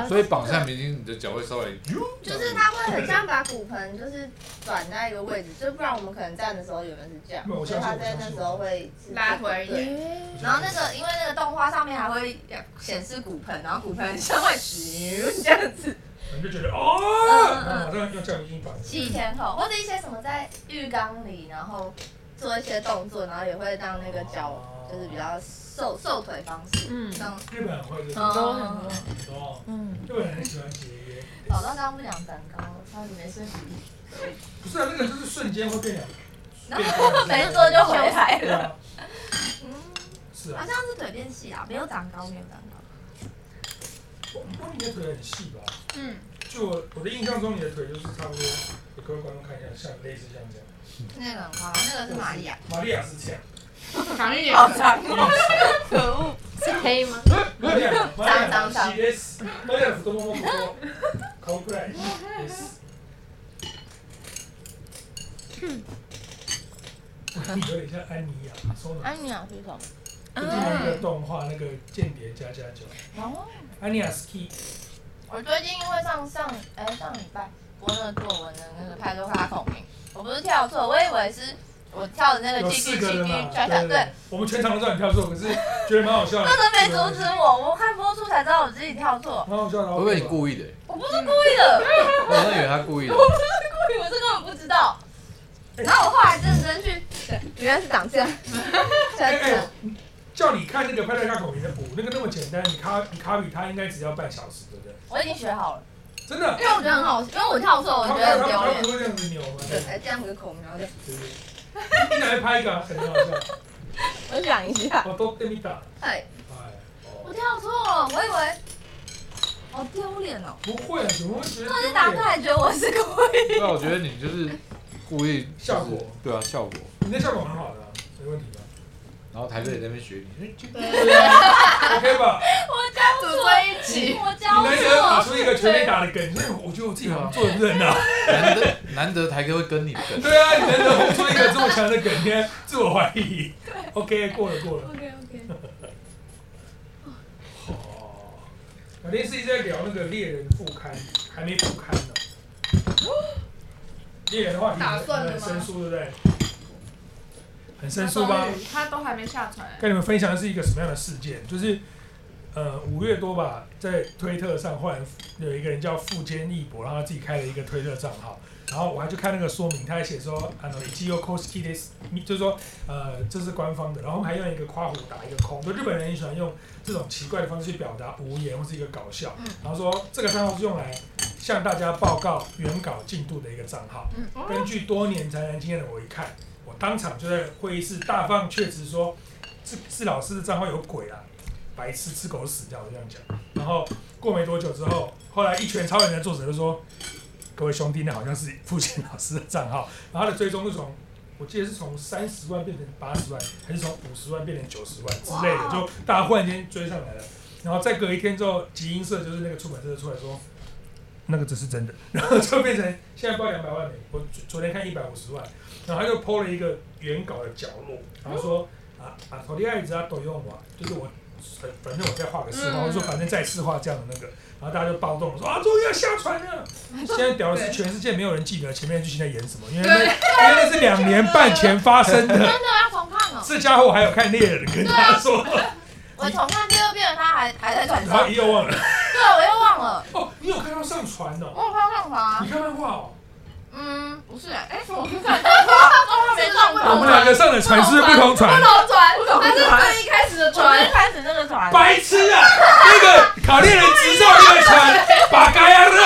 S4: 所以绑橡皮筋，你的脚会稍微
S6: 就是它会很像把骨盆就是转在一个位置，就不然我们可能站的时候原本是这样，
S1: 没有我
S6: 所以
S1: 相信我
S6: 它在那
S1: 相信
S6: 时候会是
S3: 拉回一
S6: 对。
S2: 耶
S6: 然后那个因为那个动画上面还会显示骨盆，然后骨盆像会咻这样子。
S1: 我们就觉得
S6: 嗯
S1: 哦，然后马上要叫你去绑。
S6: 七天后，或者一些什么在浴缸里，然后做一些动作，然后也会让那个脚就是比较瘦瘦腿方式，
S2: 嗯
S6: 像
S1: 日本很会这
S6: 嗯
S1: 个，
S2: 都很多，
S1: 哦，
S2: 嗯，
S1: 日本人很喜欢节约。
S6: 老到刚刚不讲长高，超级没睡醒，
S1: 不是啊，那个就是瞬间会变啊两。
S6: 然 后 没做就回来
S1: 对
S6: 了。
S1: 啊，是
S6: 好
S1: 啊，
S6: 像是腿变细啊，没有长高，没有长高。
S1: 不过你的腿很细吧？
S3: 嗯，
S1: 就我我的印象中，你的腿就是差不多，给各位观众看一下，像类似像这样。
S6: 那个很夸张，那个是玛利亚，
S1: 玛利亚是这样，
S3: 防疫也
S6: 好长哦，
S2: 是黑吗？
S1: 玛利亚，玛利亚是 S，玛利亚太ももここ、顔くらい S。有点像安妮亚，说呢，
S7: 安妮亚是什么？
S1: 最近那个动画那个间谍加加九，
S6: 哦，
S1: 安妮亚 ski，
S6: 我最近因为上上哎、上礼拜我那个作文的那个派对发孔明，我不是跳错，我以为是我跳的那个
S1: 有
S6: 继续
S1: 四
S6: 继
S1: 个人
S6: 续
S1: 嘛，
S6: 转
S1: 对
S6: 转，对，，
S1: 我们全场都知道你跳错，可是觉得蛮好笑的。
S6: 他都没阻止我，我看播出才知道我自己跳错，
S1: 蛮好笑的。
S4: 会不会你故意的欸？
S6: 我不是故 意的，
S4: 我好像以为他故意的。
S6: 我以为这根本不知道，
S5: 然后我后来认真去，原来是长这样，
S1: 哎
S5: 像这样
S1: 哎，叫你看那个拍拍大口音的谱，那个那么简单，你卡你卡比他应该只要半小时，对不对？
S6: 我已经学好了，
S1: 真的，
S6: 因为我觉得很好，因为我跳错，我
S1: 他
S6: 觉
S1: 他
S6: 得很丢
S1: 他
S6: 脸
S1: 不。会这样子扭吗？对
S5: 哎，这样子口苗的，
S1: 对对，一来拍一个很好笑，
S5: 我想一下，
S1: 我都对你打。
S5: 哎，
S1: 哎，
S6: 我
S1: 哦
S6: 跳错了，我以为
S5: 好丢脸哦，
S1: 不会，怎么会觉得
S6: 那
S1: 丢
S6: 你打
S1: 脸？
S6: 字还觉得我是故意。
S4: 对啊，我觉得你就是故意就是
S1: 效果
S4: 对啊，效果。
S1: 你那效果很好的啊，没问题吧？
S4: 然后台北在那边学你，
S1: 对啊，OK 吧？
S6: 我教错一起，我教
S1: 你难得打
S6: 错，
S1: 出一个全力打的梗，所以我觉得我自己好像做人不是很好。
S4: 难得难得台哥会跟你跟，
S1: 对啊，你难得蹦出一个这么强的梗，你还自我怀疑。OK，过了过了。OK OK。哦，那天是一直在聊那个猎人副刊，还没副刊呢。猎人的话题
S3: 哦打算了
S1: 很
S3: 吗
S1: 生疏，对不对？很生疏吧？
S3: 他都还没下船、
S1: 跟你们分享的是一个什么样的事件？就是呃五月多吧，在推特上忽然有一个人叫富坚义博，然后他自己开了一个推特账号，然后我还去看那个说明，他还写说啊，no i o k o s k i d s 就是说呃这是官方的，然后还用一个夸虎打一个空，就日本人很喜欢用这种奇怪的方式去表达无言或是一个搞笑，然后说这个账号是用来向大家报告原稿进度的一个账号。根据多年宅男经验的我一看，我当场就在会议室大放厥词说，是是老师的账号有鬼啊，白痴吃狗屎这样我这样讲。然后过没多久之后，后来一拳超人的作者就说，各位兄弟，那好像是付钱老师的账号，然后他的追踪是从。我记得是从三十万变成八十万，还是从五十万变成九十万之类的，就大家忽然间追上来了。然后再隔一天之后，集英社就是那个出版社出来说，那个这是真的，然后 就变成现在报两百万美，我昨昨天看一百五十万，然后他就 PO 了一个原稿的角落，然后说啊啊，头第二只啊都用我，就是我，呃反正我再画个四画，我说反正再次画这样的那个，然后大家就暴动了，说啊终于要下船了，现在屌的是全世界没有人记得前面的剧情在演什么，因为那因为那是两年半前发生的，
S6: 真的要重看哦。
S1: 这家伙还有看猎人跟他说，
S6: 我重看第二遍，他还还在船
S1: 然后
S6: 上。
S1: 又忘了，
S6: 对，我又忘了。
S1: 哦，你有看到上船哦，
S6: 我有看上船啊
S1: 你。看漫画哦。
S6: 嗯，不是，哎，我不是看上船，他没上船。
S1: 我们两个上的船是不是不同船，啊
S6: 老船，他是
S5: 船
S6: 最一开始的
S5: 我
S6: 船
S5: 一，开始那个船，
S1: 白痴啊！那个考猎人执照那个船，把该啊的，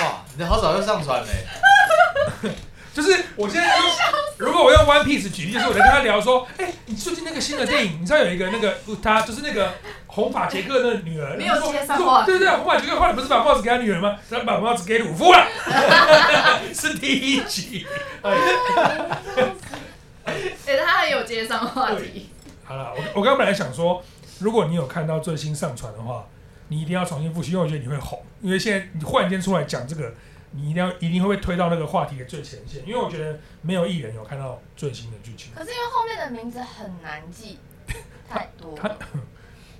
S4: 哇，你好早就上船嘞，
S1: 就是我现在用，如果我用 One Piece 举例，就是我在跟他聊说，哎、你最近那个新的电影，你知道有一个那个他就是那个红发杰克的女儿，
S3: 没有
S1: 然后说
S3: 接上话
S1: 说对对对，红发杰克后来不是把帽子给他女儿吗？他把帽子给鲁夫了， 是第一集。哎
S3: 哎、他很有接上话题，
S1: 好了，我我刚刚本来想说，如果你有看到最新上传的话，你一定要重新复习，因为我觉得你会红。因为现在你忽然间出来讲这个，你一定要一定会被推到那个话题的最前线，因为我觉得没有艺人有看到最新的剧情。
S6: 可是因为后面的名字很难记，太多了，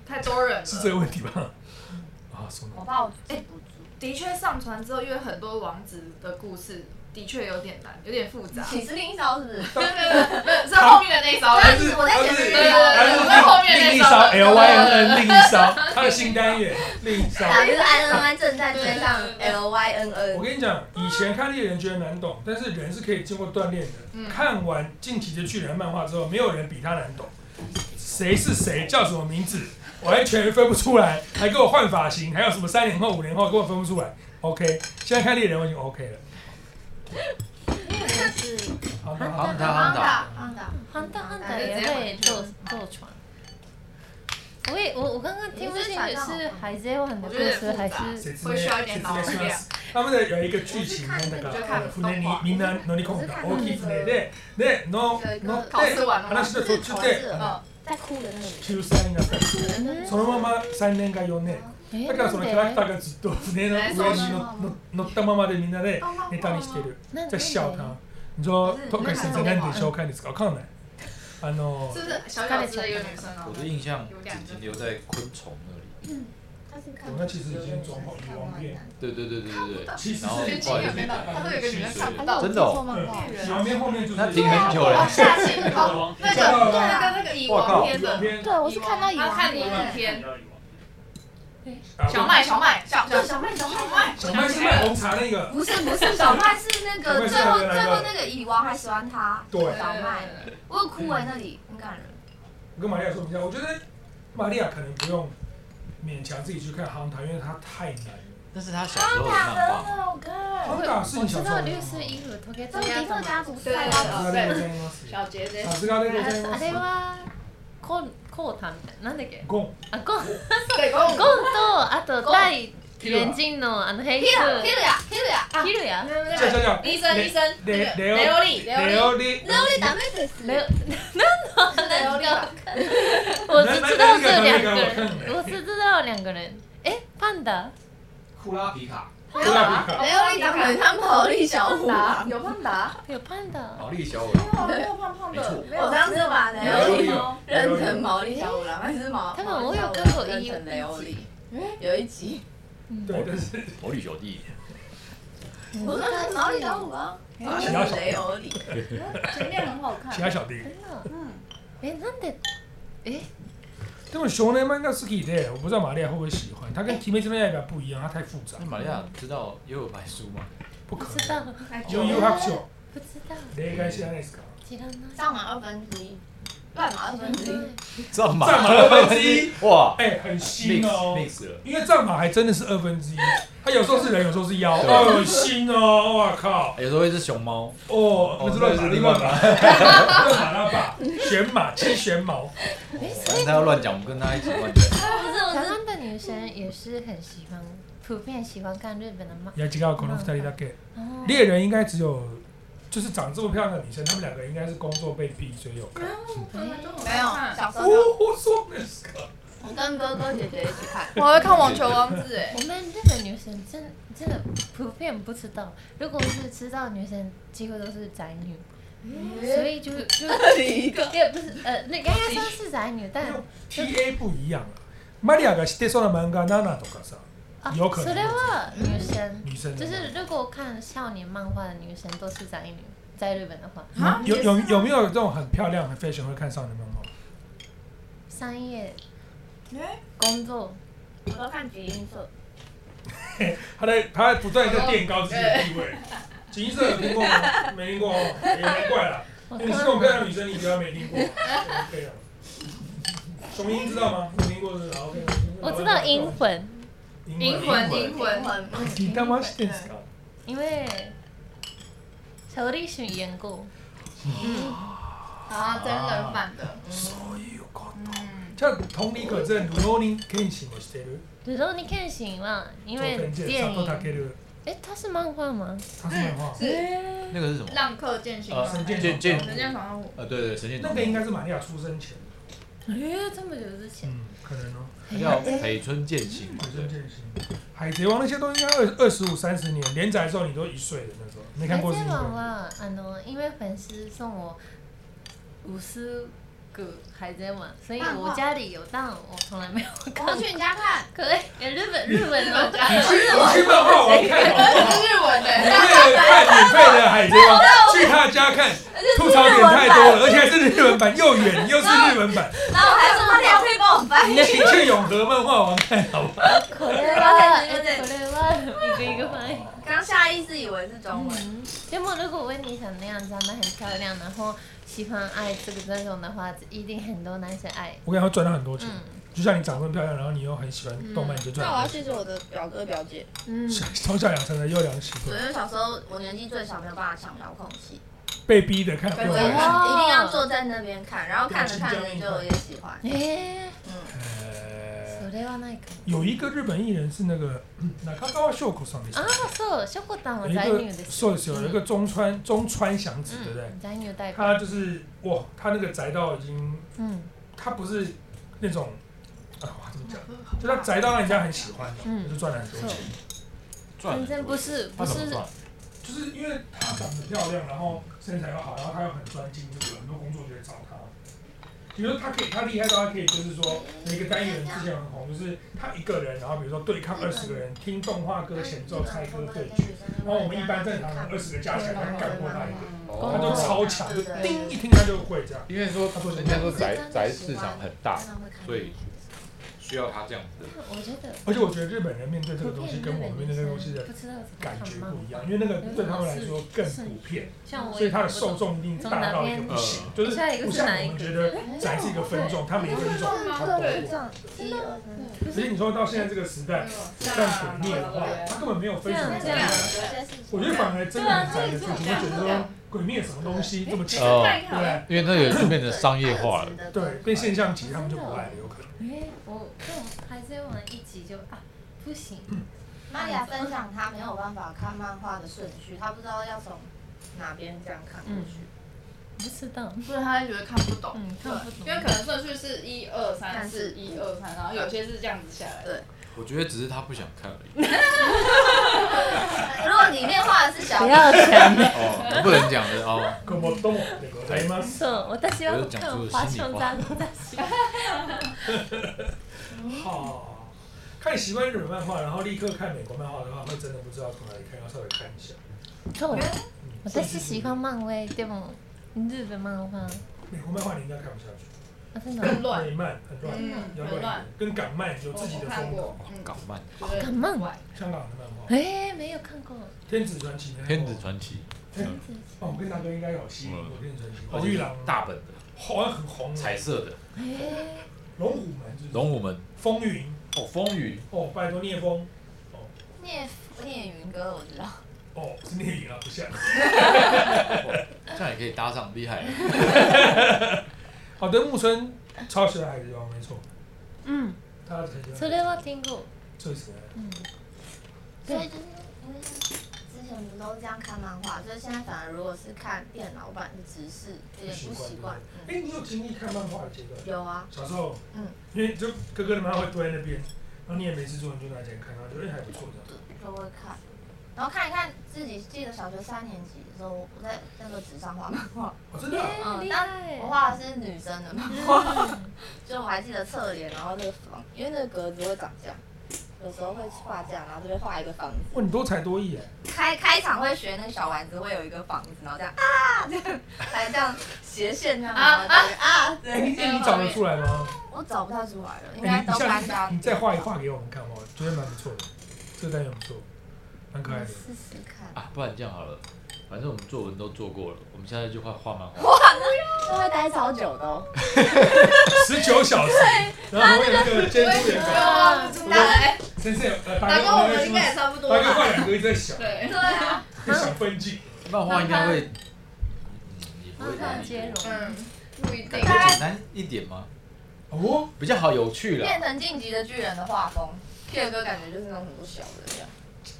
S3: 太多人了。
S1: 是这个问题吧？ 啊，什么？
S6: 我怕我记不住。
S3: 的确上船之后，因为很多王子的故事的确有点难，有点复 杂。
S6: 你是另一艘是不是？
S3: 对对对，是后面的那一艘。
S1: 他是
S6: 我在
S1: 他
S6: 前
S1: 是
S6: 面
S1: 他
S3: 我在呃后面
S1: 是另
S3: 那
S1: 一
S3: 一
S1: 艘
S3: 艘
S1: L Y N N 另一艘，他的新单元另一艘。
S5: ，WINN 正在追上 LYNN，
S1: 我跟你讲，以前看猎人觉得难懂，但是人是可以经过锻炼的。
S3: 嗯
S1: 看完近期的巨人漫画之后，没有人比他难懂。谁是谁，叫什么名字，我还全分不出来，还给我换发型，还有什么三年后、五年后，给我分不出来。OK，现在看猎人我已经 OK 了。好的，好
S4: 好
S1: 的，
S4: 他好打，
S6: 放大，
S2: 汉大汉大也会坐坐船。我也我我刚刚听不清楚是海贼王的故事还是
S1: 谁知道
S3: 会需要一点脑力量
S1: 他们的有一个剧情，那个
S3: 就看
S1: 船
S3: 动画
S1: みんな乗り込んだ大きい船で、で、の、のって
S3: 考試完了吗
S1: 話の途中で
S6: 哦
S3: 嗯，
S5: 在哭的那个，
S1: 救済になったんですね。そのまま3年か4年。
S2: え
S1: だからそのキャラクターがずっと船の上に乗乗ったままでみんなでネタ にしてる。
S2: なん
S1: じゃあ、シャオタン。じゃあ、トカイ先生何で紹介ですかわかんない。あの
S3: 是、不是小小只的一个女生啊
S4: 我？的印象
S3: 有
S4: 只
S3: 两个
S4: 停留在昆虫那里，
S1: 我那其实已经装好鱼王片，
S4: 对对对对对对，
S3: 啊
S1: 其实
S4: 然后
S1: 是
S4: 后来就没
S3: 办
S4: 买
S3: 法，它都有个女人看不到。
S4: 真的哦
S1: 嗯鱼王片后面就是
S4: 那停
S6: 啊
S4: 很久了，
S3: 下去哦，那个
S1: 对
S3: 对那个那个蚁
S4: 哇
S3: 王
S4: 靠
S3: 篇
S1: 鱼王
S3: 的，
S1: 片
S8: 对，我是看到有
S3: 他看
S8: 王
S3: 你
S8: 片
S3: 影片，
S1: 啊
S3: 小麦小麦小小小
S6: 麦，小麦，
S1: 小麦是卖红茶那个，
S6: 不是不是，小麦是那
S1: 小麦
S6: 个
S1: 是
S6: 最后
S1: 那个
S6: 最后那个蚁王还喜欢他，
S1: 对
S6: 小麦，我有哭哎，那里很感人。
S1: 我跟玛利亚说一下，我觉得玛利亚可能不用勉强自己去看《航塔》，因为它太难了。
S4: 那是他小时候的漫画，
S8: 好看
S1: 航塔是
S2: 我
S1: 你小时
S2: 知
S1: 候
S2: 道
S1: 的
S2: 绿
S1: 吗。
S2: 色衣服時計
S8: その
S2: や
S8: リ
S2: つも
S8: フ家族
S3: 对
S8: 最
S3: 对
S8: 後
S1: さすがでございます。
S3: 小杰这
S1: さすがでござい
S2: あ
S1: ま
S2: あれ
S1: す。
S2: はコンコウタみたいななんだっけ
S1: ゴン。
S2: あコンゴン
S3: 对公
S1: 哦
S2: とあと対原人のあのヘイス
S6: 黑了呀，黑了呀！
S2: ヒルヤ
S3: 那
S1: じゃあじゃ
S3: 个
S1: あじゃあ。
S3: 医生医生那
S1: レ
S3: 个
S1: レオ
S3: 雷欧利
S1: レ
S3: 雷欧利
S1: オリ。
S6: 那我得打妹子死。
S2: 没有，
S6: 雷欧利吧，
S2: 我只知道这
S1: 那
S2: 两
S1: 那那个
S2: 个
S1: 我看
S2: 人，
S1: 了
S2: 我只知道两个人。哎，胖达，
S4: 库拉皮卡、
S1: 库拉比卡。
S6: 雷欧利长得很像毛利小五郎。
S3: 有胖达，
S2: 有胖达，
S4: 毛利小五
S3: 没有没有胖胖的，没
S6: 我
S3: 有
S6: 上次把雷
S1: レ
S6: 欧
S1: オ
S6: 利
S1: リ有。
S6: 认成毛利小五郎，还是毛？
S2: 他们我有跟过
S6: 认成雷欧利，有一集。
S1: 对，但是
S4: 毛利小弟，
S6: 我说他是毛利小五郎，认成雷欧利。
S3: 前面很好看
S1: 其他小弟。
S2: 真的，嗯，哎，なんで，哎，
S1: でも少年漫画好きで、我不知道玛利亚会不会喜欢。它跟《鬼灭之刃》不一样，它太复杂
S4: 那，玛利亚知道幽游白书吗？
S1: 不
S2: 不
S1: 可
S2: 知
S1: 能。
S2: 道，
S1: 悠悠白書。
S2: 不知道，
S1: 例外知らないですか？
S2: 知らない。
S6: 上马二分之一，乱马二分之一。
S4: 战马
S1: 战马二分之一，
S4: 哇
S1: 哎，很新
S4: mix
S1: 哦。
S4: mix 了，
S1: 因为战马还真的是二分之一，它有时候是人，有时候是妖，恶心哦！我靠，
S4: 有时候会是熊猫，
S1: 哦，那是乱
S4: 哦
S1: 马，
S4: 那是
S1: 乱
S4: 乱
S1: 马，
S4: 马
S1: 乱马拉把，玄马，七玄毛，
S2: 哎，
S4: 反
S2: 所
S4: 正
S2: 以
S4: 他哦要乱讲，我们跟他一起乱讲。
S2: 台湾的女生也是很喜欢，普遍喜欢看日本的漫。
S1: や違うこの二人だけ。
S2: 哦，
S1: 猎人应该只有，就是长这么漂亮的女生，她们两个应该是工作被逼，所以有看。
S6: 嗯没有，小时
S1: 哦
S6: 候就，
S1: 我说的是
S6: 我跟哥哥姐姐一起看。
S3: 我还看网球王子哎，
S2: 我们日本女生真真的普遍不知道，如果是知道女生，几乎都是宅女，所以就就
S6: 一个
S2: 也不是呃，那刚刚说是宅女，但
S1: TA 不一样啊。マリアが知ってそうな漫画ナナとかさ、
S2: 啊，
S1: 有可能
S2: それは女生，
S1: 女生的
S2: 就是如果看少年漫画的女生都是宅女，在日本的话，
S1: 漫画有有有没有这种很漂亮、很 fashion 会看少年漫画？
S2: 商业
S3: 哎
S2: 工作
S6: 我都看集英社，
S1: 他在他不断地在垫高自己的地位。锦衣社有听过吗？没听过哦，也难怪啦。哎你是这种漂亮的女生，你不要没听过。OK 了。雄鹰知道吗？没听过是吧？OK。
S2: 我知道阴。魂，
S3: 银魂银魂，
S1: 你干嘛してんすか？
S2: 因为小栗旬演过，
S5: 嗯
S6: 嗯
S3: 啊真人版的，
S1: そういうこと。
S3: 嗯，
S1: じゃあ同理可证、ルローニン検診もしてる。
S2: 比如说你看行了，因
S1: 佐
S2: 为
S1: 藤健、
S2: 电
S1: 佐藤
S2: 影。
S1: 健、
S2: 哎，它是漫画吗？
S1: 他是漫画。
S4: 那个是什么？
S3: 浪客剑心
S4: 呃，
S3: 王
S1: 啊神
S3: 子，
S1: 剑
S4: 剑剑，
S3: 神剑闯关五，
S4: 呃，对对，神剑
S1: 那个应该是玛利亚出生前。
S2: 哎，这么久之前，
S1: 嗯，可能哦。
S4: 它叫北村剑心嘛，
S1: 海
S4: 对
S1: 贼。剑心、海贼王那些都应该二二十五、三十年连载的时候，你都一岁的那时候，没看过是
S2: 海
S1: 因
S2: 贼
S1: 为
S2: 王はあの啊因为粉丝送我五十个海贼王，所以我家里有，但我从来没有看
S6: 我
S2: 过。
S6: 去你家看，
S2: 可以，日本日
S3: 哦
S2: 本的
S1: 你去你去漫画王看好不好？
S6: 日文的
S1: 你为了看免费的海贼王，去他家看，吐槽点太多了，而且还是日文版，又远又是日文版，
S6: 然后我还说他俩可以帮我 翻译。
S1: 你去永和漫画王看好不好？
S2: これ
S6: は
S2: は
S6: え
S2: これは一个一个翻译。
S6: 刚下意识以为是中文，
S2: でも如果温妮想那样子，她们很漂亮，然后喜欢爱这个这种的话，一定很多男生爱。
S1: 我跟你说赚到很多钱
S2: 嗯，
S1: 就像你长这么漂亮，然后你又很喜欢动漫，你就赚
S5: 啊那
S1: 很
S5: 我要
S1: 多
S5: 谢谢我的表哥表姐，
S2: 嗯，
S1: 钱。从 小养成了优良习
S6: 因
S1: 惯，
S6: 为小时候我年纪最小，没有办法抢遥控器，
S1: 被逼的看
S6: 对，
S1: 又
S6: 我
S1: 来
S6: 一
S1: 看。
S6: 定要坐在那边看，然后看着看着就有点喜欢。
S2: えー、
S1: 呃
S2: それはないかも。
S1: 有一个日本艺人是那个中川秀子さんでした
S2: あ。あ、そう、ショコタンは
S1: 有一
S2: 在女
S1: 个
S2: です。
S1: そうですよ，有一个中川中川祥子，对不对？
S2: 嗯，在女代表。
S1: 他就是哇，他那个宅到已经，
S2: 嗯
S1: 他不是那种，啊，哇，怎么讲？就他宅到让人家很喜欢的，
S2: 嗯
S1: 就，赚了很多
S2: そう
S1: 钱。。
S4: 赚
S2: 全然不是不
S4: 他怎
S2: 是
S4: 么赚？
S1: 就是因为他长得漂亮，然后身材又好，然后他又很专精，就是很多工作就会找他。比如说他可以，他厉害到他可以，就是说有一个单元之前很红，就是他一个人，然后比如说对抗二十个人，听动画歌前奏、猜歌对决，然后我们一般正常人二十个加起来，他干过他一个，他就超强，就叮一听他就会这样。
S4: 因为说
S1: 他说
S4: 人家说宅宅市场很大，所以需要他这样子。
S2: 我觉得
S1: 而且我觉得日本人面对这个东西跟我们面对这个东西的
S2: 不知道怎么
S1: 感觉
S2: 看
S1: 不
S2: 吗？
S1: 一样，因为那个对他们来说更普遍，
S2: 像我，
S1: 所以他的受众一定大到一个不行，就是不像我们觉得宅是一个分众，他每分众他都
S3: 对
S1: 有。其实你说到现在这个时代，但鬼灭的话，它根本没有分什么
S2: 这样
S1: 宅。我觉得反而真
S3: 啊
S1: 的很宅的族群会觉得说，鬼灭什么东西这么强，
S4: 哦
S3: 太
S1: 对
S3: 好
S1: 不
S3: 了，
S1: 对？
S4: 因为那个就变成商业化了。
S1: 对，被
S6: 嗯
S1: 现象级他们就不爱了，有可能。
S2: 哎，我对我还是玩一集就啊，不行，
S6: 玛利亚分享她没有办法看漫画的顺序，她不知道要从哪边这样看过去。
S2: 不知道，
S3: 所以他就觉得看不懂，
S2: 嗯，
S3: 对
S2: 看不，懂
S3: 因。为可能顺序是一二三四一二三，然后有些是这样子下来的。
S4: 我觉得只是他不想看 而已。
S6: 如果里面画的是小
S2: 不要强
S4: 哦，我不能讲的哦。
S1: 可不懂でございます。
S2: そう、私は看ファッション雑誌だし。
S1: 好，看习惯日本漫画，然后立刻看美国漫画的话，会真的不知道从哪里看，要稍微看一下。
S2: そう、
S1: 嗯
S2: 私喜欢漫威，でも日本漫画，
S1: 美国漫画，你应该看不下去，
S2: あ、真的
S3: 很乱
S1: 美漫很乱，
S3: 嗯
S1: 要
S3: 很
S1: 乱
S3: 乱
S1: 一点，跟港漫有自己
S3: 我
S1: 的
S3: 看
S1: 风格
S3: 过。，嗯，
S4: 哦港漫
S3: 就是
S2: 港漫
S3: 怪
S1: 香港的漫画，《
S2: 哎，没有看过。
S1: 天子传奇》呢？
S4: 《天子传奇
S1: 哦，我跟大哥应该有吸引过《天子传奇》，》
S4: 哦，
S1: 黄玉郎
S4: 大本的
S1: 好像很红，啊
S4: 彩色的
S2: 哎，
S1: 龙虎门就是
S4: 龙虎门
S1: 风云
S4: 哦，风云
S1: 哦，拜托聂风
S6: 聂聂云哥，我知道。
S1: 哦，是聂云啊，不像。
S4: 这样也可以搭上，厉 害。
S1: 好的，木村超喜欢海贼王，没错，
S2: 嗯，
S1: 他很喜欢海贼王。
S2: それは听过。
S1: 最喜欢。
S2: 嗯，
S6: 所以就是因为嗯之前不都这样看漫画，所以现在反而如果是看电脑版的直视，有点不习惯。
S1: 哎、你有经历看漫画的阶段？
S6: 有啊，
S1: 小时候，
S6: 嗯，
S1: 因为就哥哥的漫画会堆在那边，然后你也没事做，你就拿起来看，然后觉得哎还不错这样。
S6: 就会看。然后看一看自己，记得小学三年级的时候，我在那个纸上画漫画，
S1: 哦，真的、啊？
S2: 哎厉害。
S6: 我画的是女生的漫画， 就我还记得侧脸，然后这个房，因为那个格子会长这样，有时候会画这样，然后这边画一个房子。
S1: 哇，你多才多艺哎！
S6: 开开场会学那个小丸子会有一个房子，然后这样啊，这样还这样斜线这样，然后这样啊，
S1: 哎、
S6: 对，
S1: 你哎你找得出来吗？
S6: 我找不太出来了，应
S1: 哎
S6: 该
S1: 你你
S6: 都
S1: 下
S6: 搬
S1: 次
S6: 家
S1: 你再画一画给我们看哦，觉得蛮不错的，这个单元不错，蛮可爱
S6: 我
S1: 的。
S6: 嗯 试试看，
S4: 啊，不然这样好了，反正我们作文都做过了，我们现在就画画漫画。
S6: 这会待超久的哦。
S1: 十九小时，然后还有那个监督员
S3: 对
S1: 长，
S3: 啊，出来，
S1: 先生有呃，大
S3: 打
S1: 哥
S3: 工我们应该也差不多
S1: 大哥
S3: 吧？
S1: 画两个一直在想，
S3: 对，嗯
S6: 对啊，
S1: 在想分镜，
S4: 漫画应该会，嗯也不会难
S2: 接容。
S3: 嗯，不一定。
S4: 会简单一点吗？
S1: 哦，
S4: 比较好有趣啦。
S6: 变成晋级的巨人的画风，K 哥感觉就是那种很多小的这样。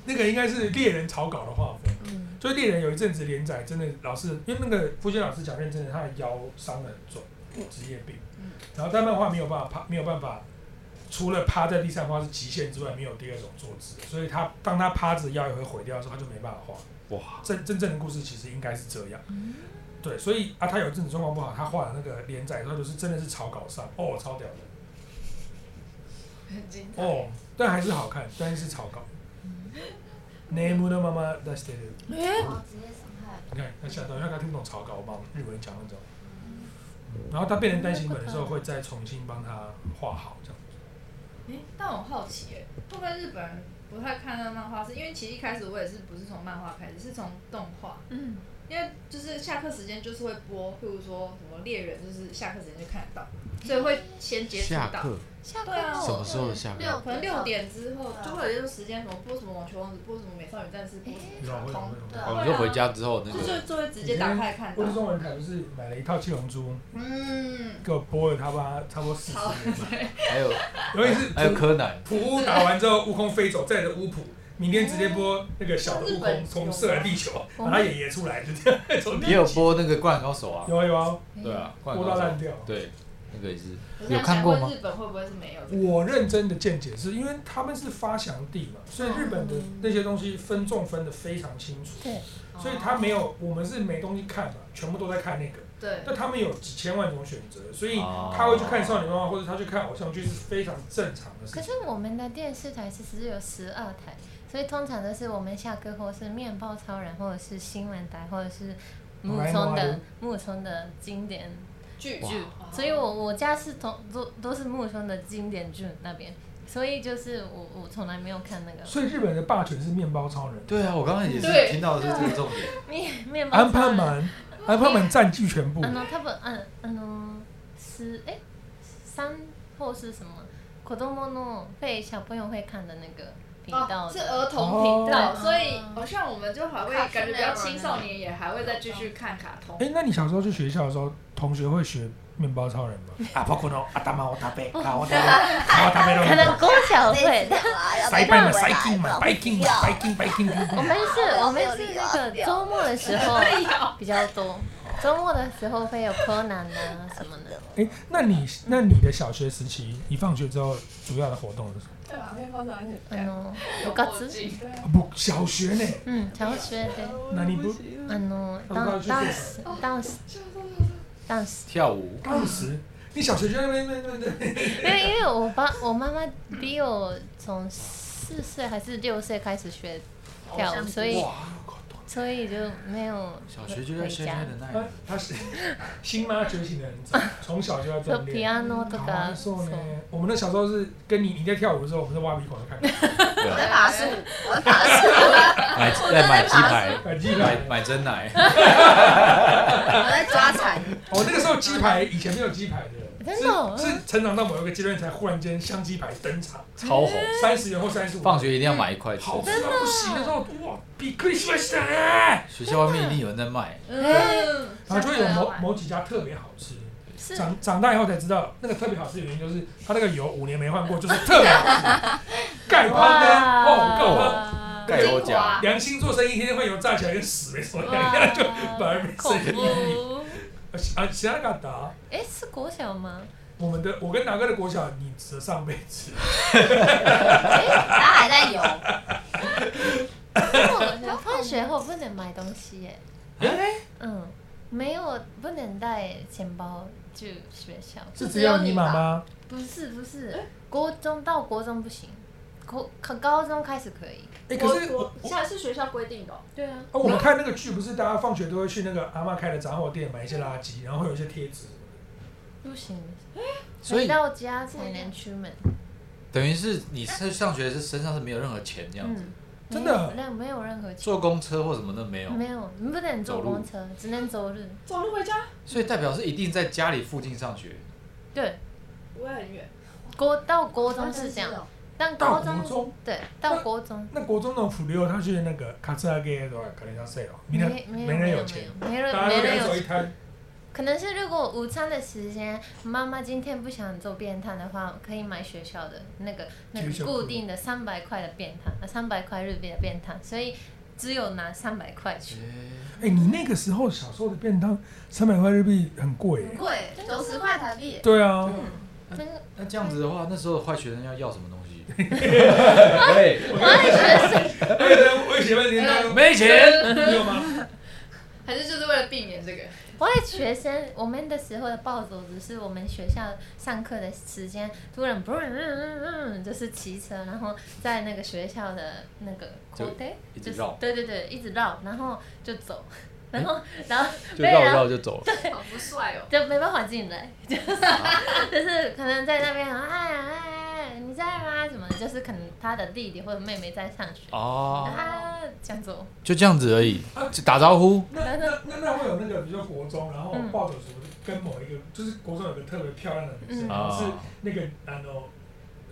S1: 那个应该是猎人草稿的画风。
S2: 嗯，
S1: 所以猎人有一阵子连载，真的老是因为那个福建老师讲认真的，他的腰伤得很重，职业病。
S3: 嗯
S1: 然后但漫画没有办法趴，没有办法，除了趴在地上画是极限之外，没有第二种坐姿。所以他当他趴着腰也会毁掉的时候，他就没办法画。
S4: 哇，
S1: 真真正的故事其实应该是这样。
S3: 嗯
S1: 对，所以啊，他有一阵子状况不好，他画的那个连载，他就是真的是草稿上，哦，超屌的，
S3: 很精彩。
S1: 哦，但还是好看，但是是草稿。name 的妈妈出してる。
S6: 哇，职业伤害。
S1: 你看，他吓到，因为他听不懂草稿，我帮日文讲那种。
S4: 嗯
S1: 然后他变成单行本的时候，会再重新帮他画好这样。
S3: 诶但我好奇、欸，会不会日本人不太看那漫画？是因为其实一开始我也是不是从漫画开始，是从动画。
S2: 嗯，
S3: 因为就是下课时间就是会播，譬如说什么猎人，就是下课时间就看得到，所以会先接触到。
S2: 下课
S3: 对啊
S4: 什么时候的下课？
S3: 可能六点之后
S2: 啊
S3: 就会有一段时间，什么播什么网球王子，播什么美少女战士，播什
S1: 你知道
S3: 么
S1: 会
S3: 卡
S1: 会
S3: 通，
S1: 会。
S4: 哦，你说回家之后那
S3: 就
S4: 个
S3: 就就会直接打开看到
S1: 我。是中文台，不是买了一套《七龙珠》，
S3: 嗯，
S1: 给我播了他妈差不多四十
S3: 好，
S1: 年吧。
S3: 对，
S4: 还有
S1: 尤其是
S4: 还有柯南，
S1: 普乌打完之后，悟空飞走，载着乌普，明天直接播那个小的悟空从射来地球，把他爷爷出来，就这样从
S4: 也有播那个《灌篮高手》啊。
S1: 有啊有啊，
S4: 对啊，《灌
S1: 播
S4: 篮
S1: 到
S4: 高手
S1: 烂》掉。
S4: 对，那个也是
S3: 我
S4: 有
S3: 在
S4: 看
S3: 想
S4: 过
S3: 过
S4: 吗
S3: 日本会不会是没有的？
S1: 我认真的见解是因为他们是发祥地嘛，所以日本的那些东西分众分的非常清楚。
S2: 对，
S3: 哦
S1: 所以他没有，我们是没东西看嘛，全部都在看那个。
S3: 哦对，
S1: 但他们有几千万种选择，所以他会去看少女漫画，或者他去看偶像剧是非常正常的事
S2: 可是
S1: 情。
S2: 我们的电视台其实有十二台，所以通常都是我们下课或是面包超人，或者是新闻台，或者是木村的木村的经典
S3: 剧
S4: 哇
S2: 剧。所以我我家是同都都是木村的经典剧那边，所以就是我我从来没有看那个
S1: 所以日本的霸权是面包超人、
S4: 对啊，我刚刚也是
S3: 对
S4: 听到的是这个重点。
S2: 面面包
S1: 安帕
S2: 超人。啊
S1: 满、安
S2: 嗯
S1: 帕满占据全部
S2: あ。の多分ああの啊嗯是哎三或是什么子供の被小朋友会看的那个频道
S3: 哦，是
S2: 的
S3: 儿童频道，
S2: 哦
S3: 所以好像我们就还会
S5: 卡通
S3: 感觉比较
S5: 的
S3: 青少年也还会再继续看卡通。
S1: 哎，那你小时候去学校的时候，同学会学面包超人吗？啊，包括呢，阿达玛我达贝，啊我达贝，我达贝
S2: 可能公小会，但
S1: 塞班嘛，塞金嘛，白金嘛，白金白 金。
S2: 我们是我们是那个周末的时候比较多，周末的时候会有柯南啊什么的。
S1: 哎，那你那你的小学时期，你放学之后主要的活动是什么？啊
S6: 对啊，面包超人
S2: あ
S3: 嗯
S2: の
S1: 哎
S2: 部活
S1: 不，小学呢？
S2: 嗯，小学で
S1: 那你不
S2: あのダンダンスダンスダンス
S4: 跳舞
S1: 当时你小学就在那边那边那边
S2: 因为因为我爸我妈妈比我从四岁还是六岁开始学跳舞，所以
S1: 哇，有够多
S2: 所以就没有
S4: 小学就在
S2: 回
S4: 现
S2: 家
S4: 在的那
S1: 他
S4: 里，
S1: 他是新妈觉醒的很 早，从小就要
S2: 就
S1: 锻炼。
S2: piano と
S1: 好
S2: か
S1: 难受呢。我们那小时候是跟你你在跳舞的时候，我们在挖鼻孔在 看，
S4: 对
S5: 我
S4: 啊
S5: 在爬树，我在爬
S4: 买
S5: 树，
S4: 在买鸡排，
S1: 买啊鸡排
S4: 买。买真奶，
S5: 我在抓蝉。
S1: 哦，那个时候鸡排以前没有鸡排的，
S2: 真的哦
S1: 是是成长到某一个阶段才忽然间香鸡排登 场，
S4: 超红。
S1: 三十元或三十五。
S4: 放学一定要买一块吃。
S1: 好吃到不行的时候，哇，比克里希曼香哎，
S4: 学校外面一定有人在卖，
S3: 嗯，
S1: 然后就会有
S3: 想起来
S1: 某
S3: 了
S1: 某几家特别好吃。
S2: 是
S1: 长长大以后才知道，那个特别好吃的原因就是它那个油五年没换过，就是特别好吃。盖
S2: 哇
S1: 饭呢，哦，够了。
S4: 盖我家。
S1: 良心做生意，天天会有炸起来跟死没什么两样， 就本
S2: 哇
S1: 来没
S2: 恐
S1: 生意。
S2: 怖！
S1: 啊，其他嘎达，
S2: 哎，是国小吗？
S1: 我们的我跟达哥的国小，你只能上辈子。
S5: 它还在游，
S2: 我放学后不能买东西耶。嗯，没有不能带钱包去学校。
S1: 是只有你妈妈。
S2: 不是不是，国中到国中不行，国高中开始可以。
S1: 哎、可是我
S3: 我我现在是学校规定的哦，
S2: 对啊。
S1: 啊，我们看那个剧，不是大家放学都会去那个阿妈开的杂货店买一些垃圾，然后会有一些贴纸。
S2: 不行，
S4: 所
S2: 回
S4: 以
S2: 到家才能出门。
S4: 等于是你是上学是身上是没有任何钱这样子，
S2: 嗯，
S1: 真的
S2: 没有没有任何钱，
S4: 坐公车或什么的没有，
S2: 没有，你不能坐公车，只能走路。
S3: 走路回家
S4: 所以代表是一定在家里附近上学。
S2: 对，
S3: 不会很远，
S2: 国到国中是这样，但
S1: 到
S2: 高
S1: 国
S2: 中
S1: 中，
S2: 对到国中
S1: 那国中那种腐流，他去那个卡斯拉给的话，可能要睡了，没人
S2: 没没
S1: 没人有钱，，
S2: 没
S1: 大家都
S2: 人没
S1: 两
S2: 人
S1: 手
S2: 有
S1: 一
S2: 钱。
S1: 摊，
S2: 可能是如果午餐的时间，妈妈今天不想做便当的话，可以买学校的那个那
S1: 学校
S2: 个
S1: 裤
S2: 固定的三百块的便当，呃，三百块日币的便当，所以只有拿三百块去。
S1: 哎、你那个时候小时候的便当三百块日币很贵、
S5: 很
S1: 欸。
S5: 贵，九十块台币。
S1: 对啊，
S2: 真的
S4: 那这样子的话，那时候的坏学生要要什么东西？对，
S1: 我以前我以前半天当
S4: 哎没钱。
S1: 没有吗？
S3: 还是就是为了避免这个？
S2: 我的学生，我们的时候的暴走只是我们学校上课的时间，突然不嗯就是骑车，然后在那个学校的那个
S4: 就
S2: d
S4: 一直
S2: 就是
S4: 绕
S2: 对对对，一直绕，然后就走，然后然后
S4: 就啊
S2: 被
S4: 绕一
S2: 然后
S4: 绕就走了。
S3: 好不帅哦，
S2: 就没办法进来，就是 就是可能在那边啊哎哎，你在吗？什么的？就是可能他的弟弟或者妹妹在上学
S4: 哦，
S2: 啊，这样走，
S4: 就这样子而已，就打招呼。
S1: 那那那那会有那个，比如说国中，然后
S2: 嗯
S1: 暴走族跟某一个，就是国中有个特别漂亮的女生，
S2: 嗯
S1: 然后是
S4: 啊
S1: 那个あの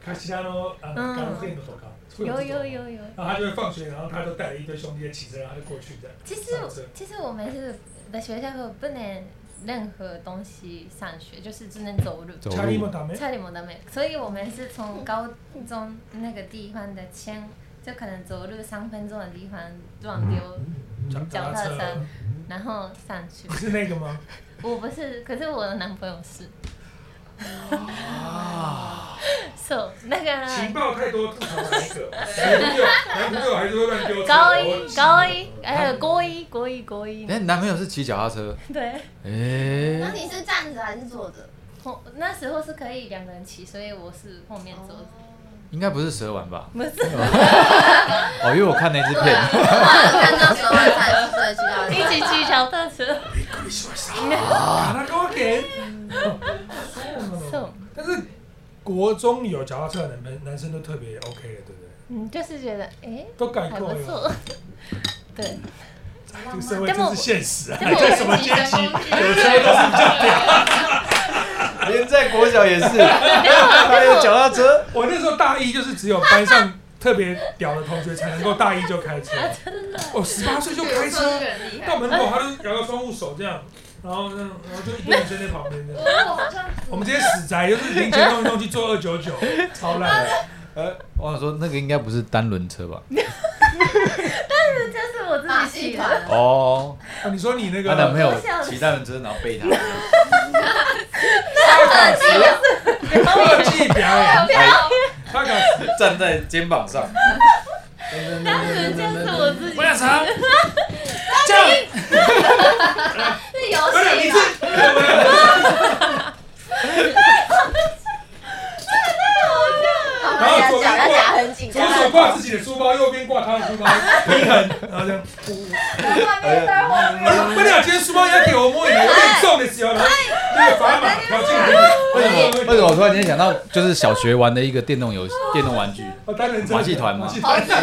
S1: 卡西亚诺あの
S2: 嗯
S1: ガムテンのとか，会
S2: 有
S1: 这种
S2: 有
S1: 吗。
S2: 有有。
S1: 然后他就会放学，然后他就带了一堆兄弟的骑车，然后就过去这样。
S2: 其实
S1: 上车
S2: 其实我们是在学校后不能任何东西上学，就是只能走路。
S4: 走
S1: 查理莫达梅，
S2: 差点没得没，所以我们是从高中那个地方的前，就可能走路三分钟的地方撞丢，
S4: 嗯
S2: 脚踏车然后上去
S1: 你。是那个吗？
S4: 啊
S2: 我不是，可是我的男朋友是，错，那
S1: 情
S2: 个
S1: 报太多，吐槽哪一 个？男朋友，男朋友还是会乱丢。
S2: 高一高一，还有国一国一国一，
S4: 哎，你男朋友是骑脚踏车，
S2: 对，
S6: 那
S4: 哎，
S6: 你是站着还是坐着？
S2: 我那时候是可以两个人骑，所以我是后面坐着，
S4: 应该不是蛇丸吧？
S2: 不是
S4: 哦，因为我看那支片，
S6: 看到时候才对，其他
S2: 一起骑脚踏车，
S1: 你喜欢啥？啊，那高点。
S2: 错，
S1: 但是国中有脚踏车的男男生都特别 OK 的，对不对？
S2: 嗯，就是觉得哎
S1: 都改
S2: 还
S1: 过
S2: 不
S1: 了。
S2: 错， 对，
S1: 这个社会真是现实啊！
S2: 但我
S1: 在什么阶级，有时候都是哎比较屌。
S4: 连在国小也是，还有脚踏车，
S1: 我那时候大一就是只有班上特别屌的同学才能够大一就 开车。我十八岁就 开车，
S3: 很厉害。
S1: 到门口他就摇摇窗户手这样，然后那然后就一堆女生在旁边这样。
S3: 我好像
S1: 我们这些死宅就是零钱弄一弄去做二 九九，超烂的。
S4: 呃，我想说那个应该不是单轮车吧？
S2: 这是我自己骑的，
S4: 哦，
S1: 啊你说你那
S4: 她男
S1: 个
S4: 朋友骑单轮车，然后背她，
S1: 特技表演，他敢
S4: 站在肩膀上，
S2: 这是我自己
S1: 我，想尝，这样，
S6: 是
S1: 不是
S6: 游
S1: 你
S6: 戏啊
S1: 是
S6: 吧？，
S1: 然后左边
S6: 他
S1: 挂
S6: 夹很紧，
S1: 左手挂自己的书包，右边挂他的书包，平衡，然后这样。啊不了，今天书包要给我摸一摸，很重的时候，然
S6: 哎
S1: 后那个砝码调进
S4: 为什
S1: 来。
S4: 么？为什么我突然间想到，就是小学玩的一个电动游戏、电动玩具，
S1: 哦，单人车
S4: 马戏团嘛
S1: 马戏团，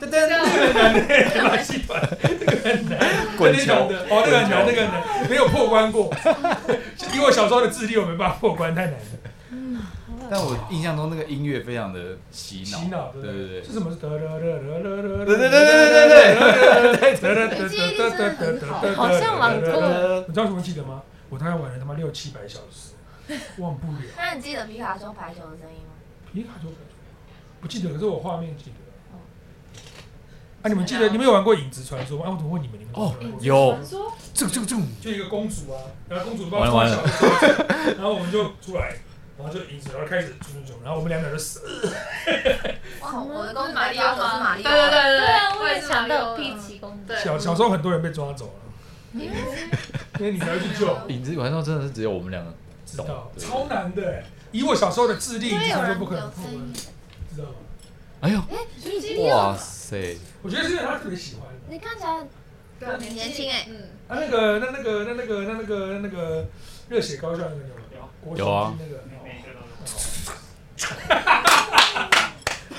S4: 噔噔，
S1: 这个很难 的，马戏团，这
S4: 滚
S1: 个很
S4: 球
S1: 难的，哦，那个很难，那个很难，没有破关过。以我小时候的智力，我没办法破关，太难了。
S4: 但我印象中那个音乐非常的洗脑，
S1: 洗脑，对
S4: 对
S1: 不对
S4: 对对
S1: 是。什么？是得得得得得得
S4: 对对对对对对
S2: 好像玩过，
S4: 对，
S1: 你知道什么记得吗？我大概玩了他妈六七百小时，忘不了。
S6: 那你记得皮卡丘排球的声音吗？
S1: 皮卡丘排球不记得，可是我画面记得。啊，你们记得你们有玩过《影子传说》吗？啊，我怎么问你们？你们
S4: 哦
S1: 有玩过
S4: 有
S3: 传说
S4: 这个这个这个，
S1: 就一个公主啊，然后公主抱
S4: 完了完了
S1: 小的然后我们就出来，然后就影子，然后开始冲冲冲，然后我们两个人就死了。
S6: 哇，我的公主
S3: 马
S6: 排
S3: 里
S6: 球
S3: 奥
S6: 是马
S3: 吗？
S6: 里
S3: 对
S6: 奥，
S3: 对对
S2: 对啊，
S3: 我
S2: 我也
S3: 是
S2: 想到碧
S3: 碧
S2: 琪公主，
S3: 对，
S1: 小小时候很多人被抓走了，因为你还要去救，
S4: 影子晚上真的是只有我们两个
S1: 知
S4: 懂
S1: 道，，
S4: 对
S1: 超难的欸。以我小时候的智力，影子传说不可能破
S6: 声
S1: 关
S6: 音，
S1: 知道吗？
S4: 哎呦，哇塞，
S1: 我觉得是因为他特别喜欢。
S6: 你看起来
S3: 对
S6: 很年轻哎
S3: 嗯，
S1: 啊，那个，那那个，那那个，那那个，那那个热血高校那个有吗？
S4: 有啊
S1: 那个。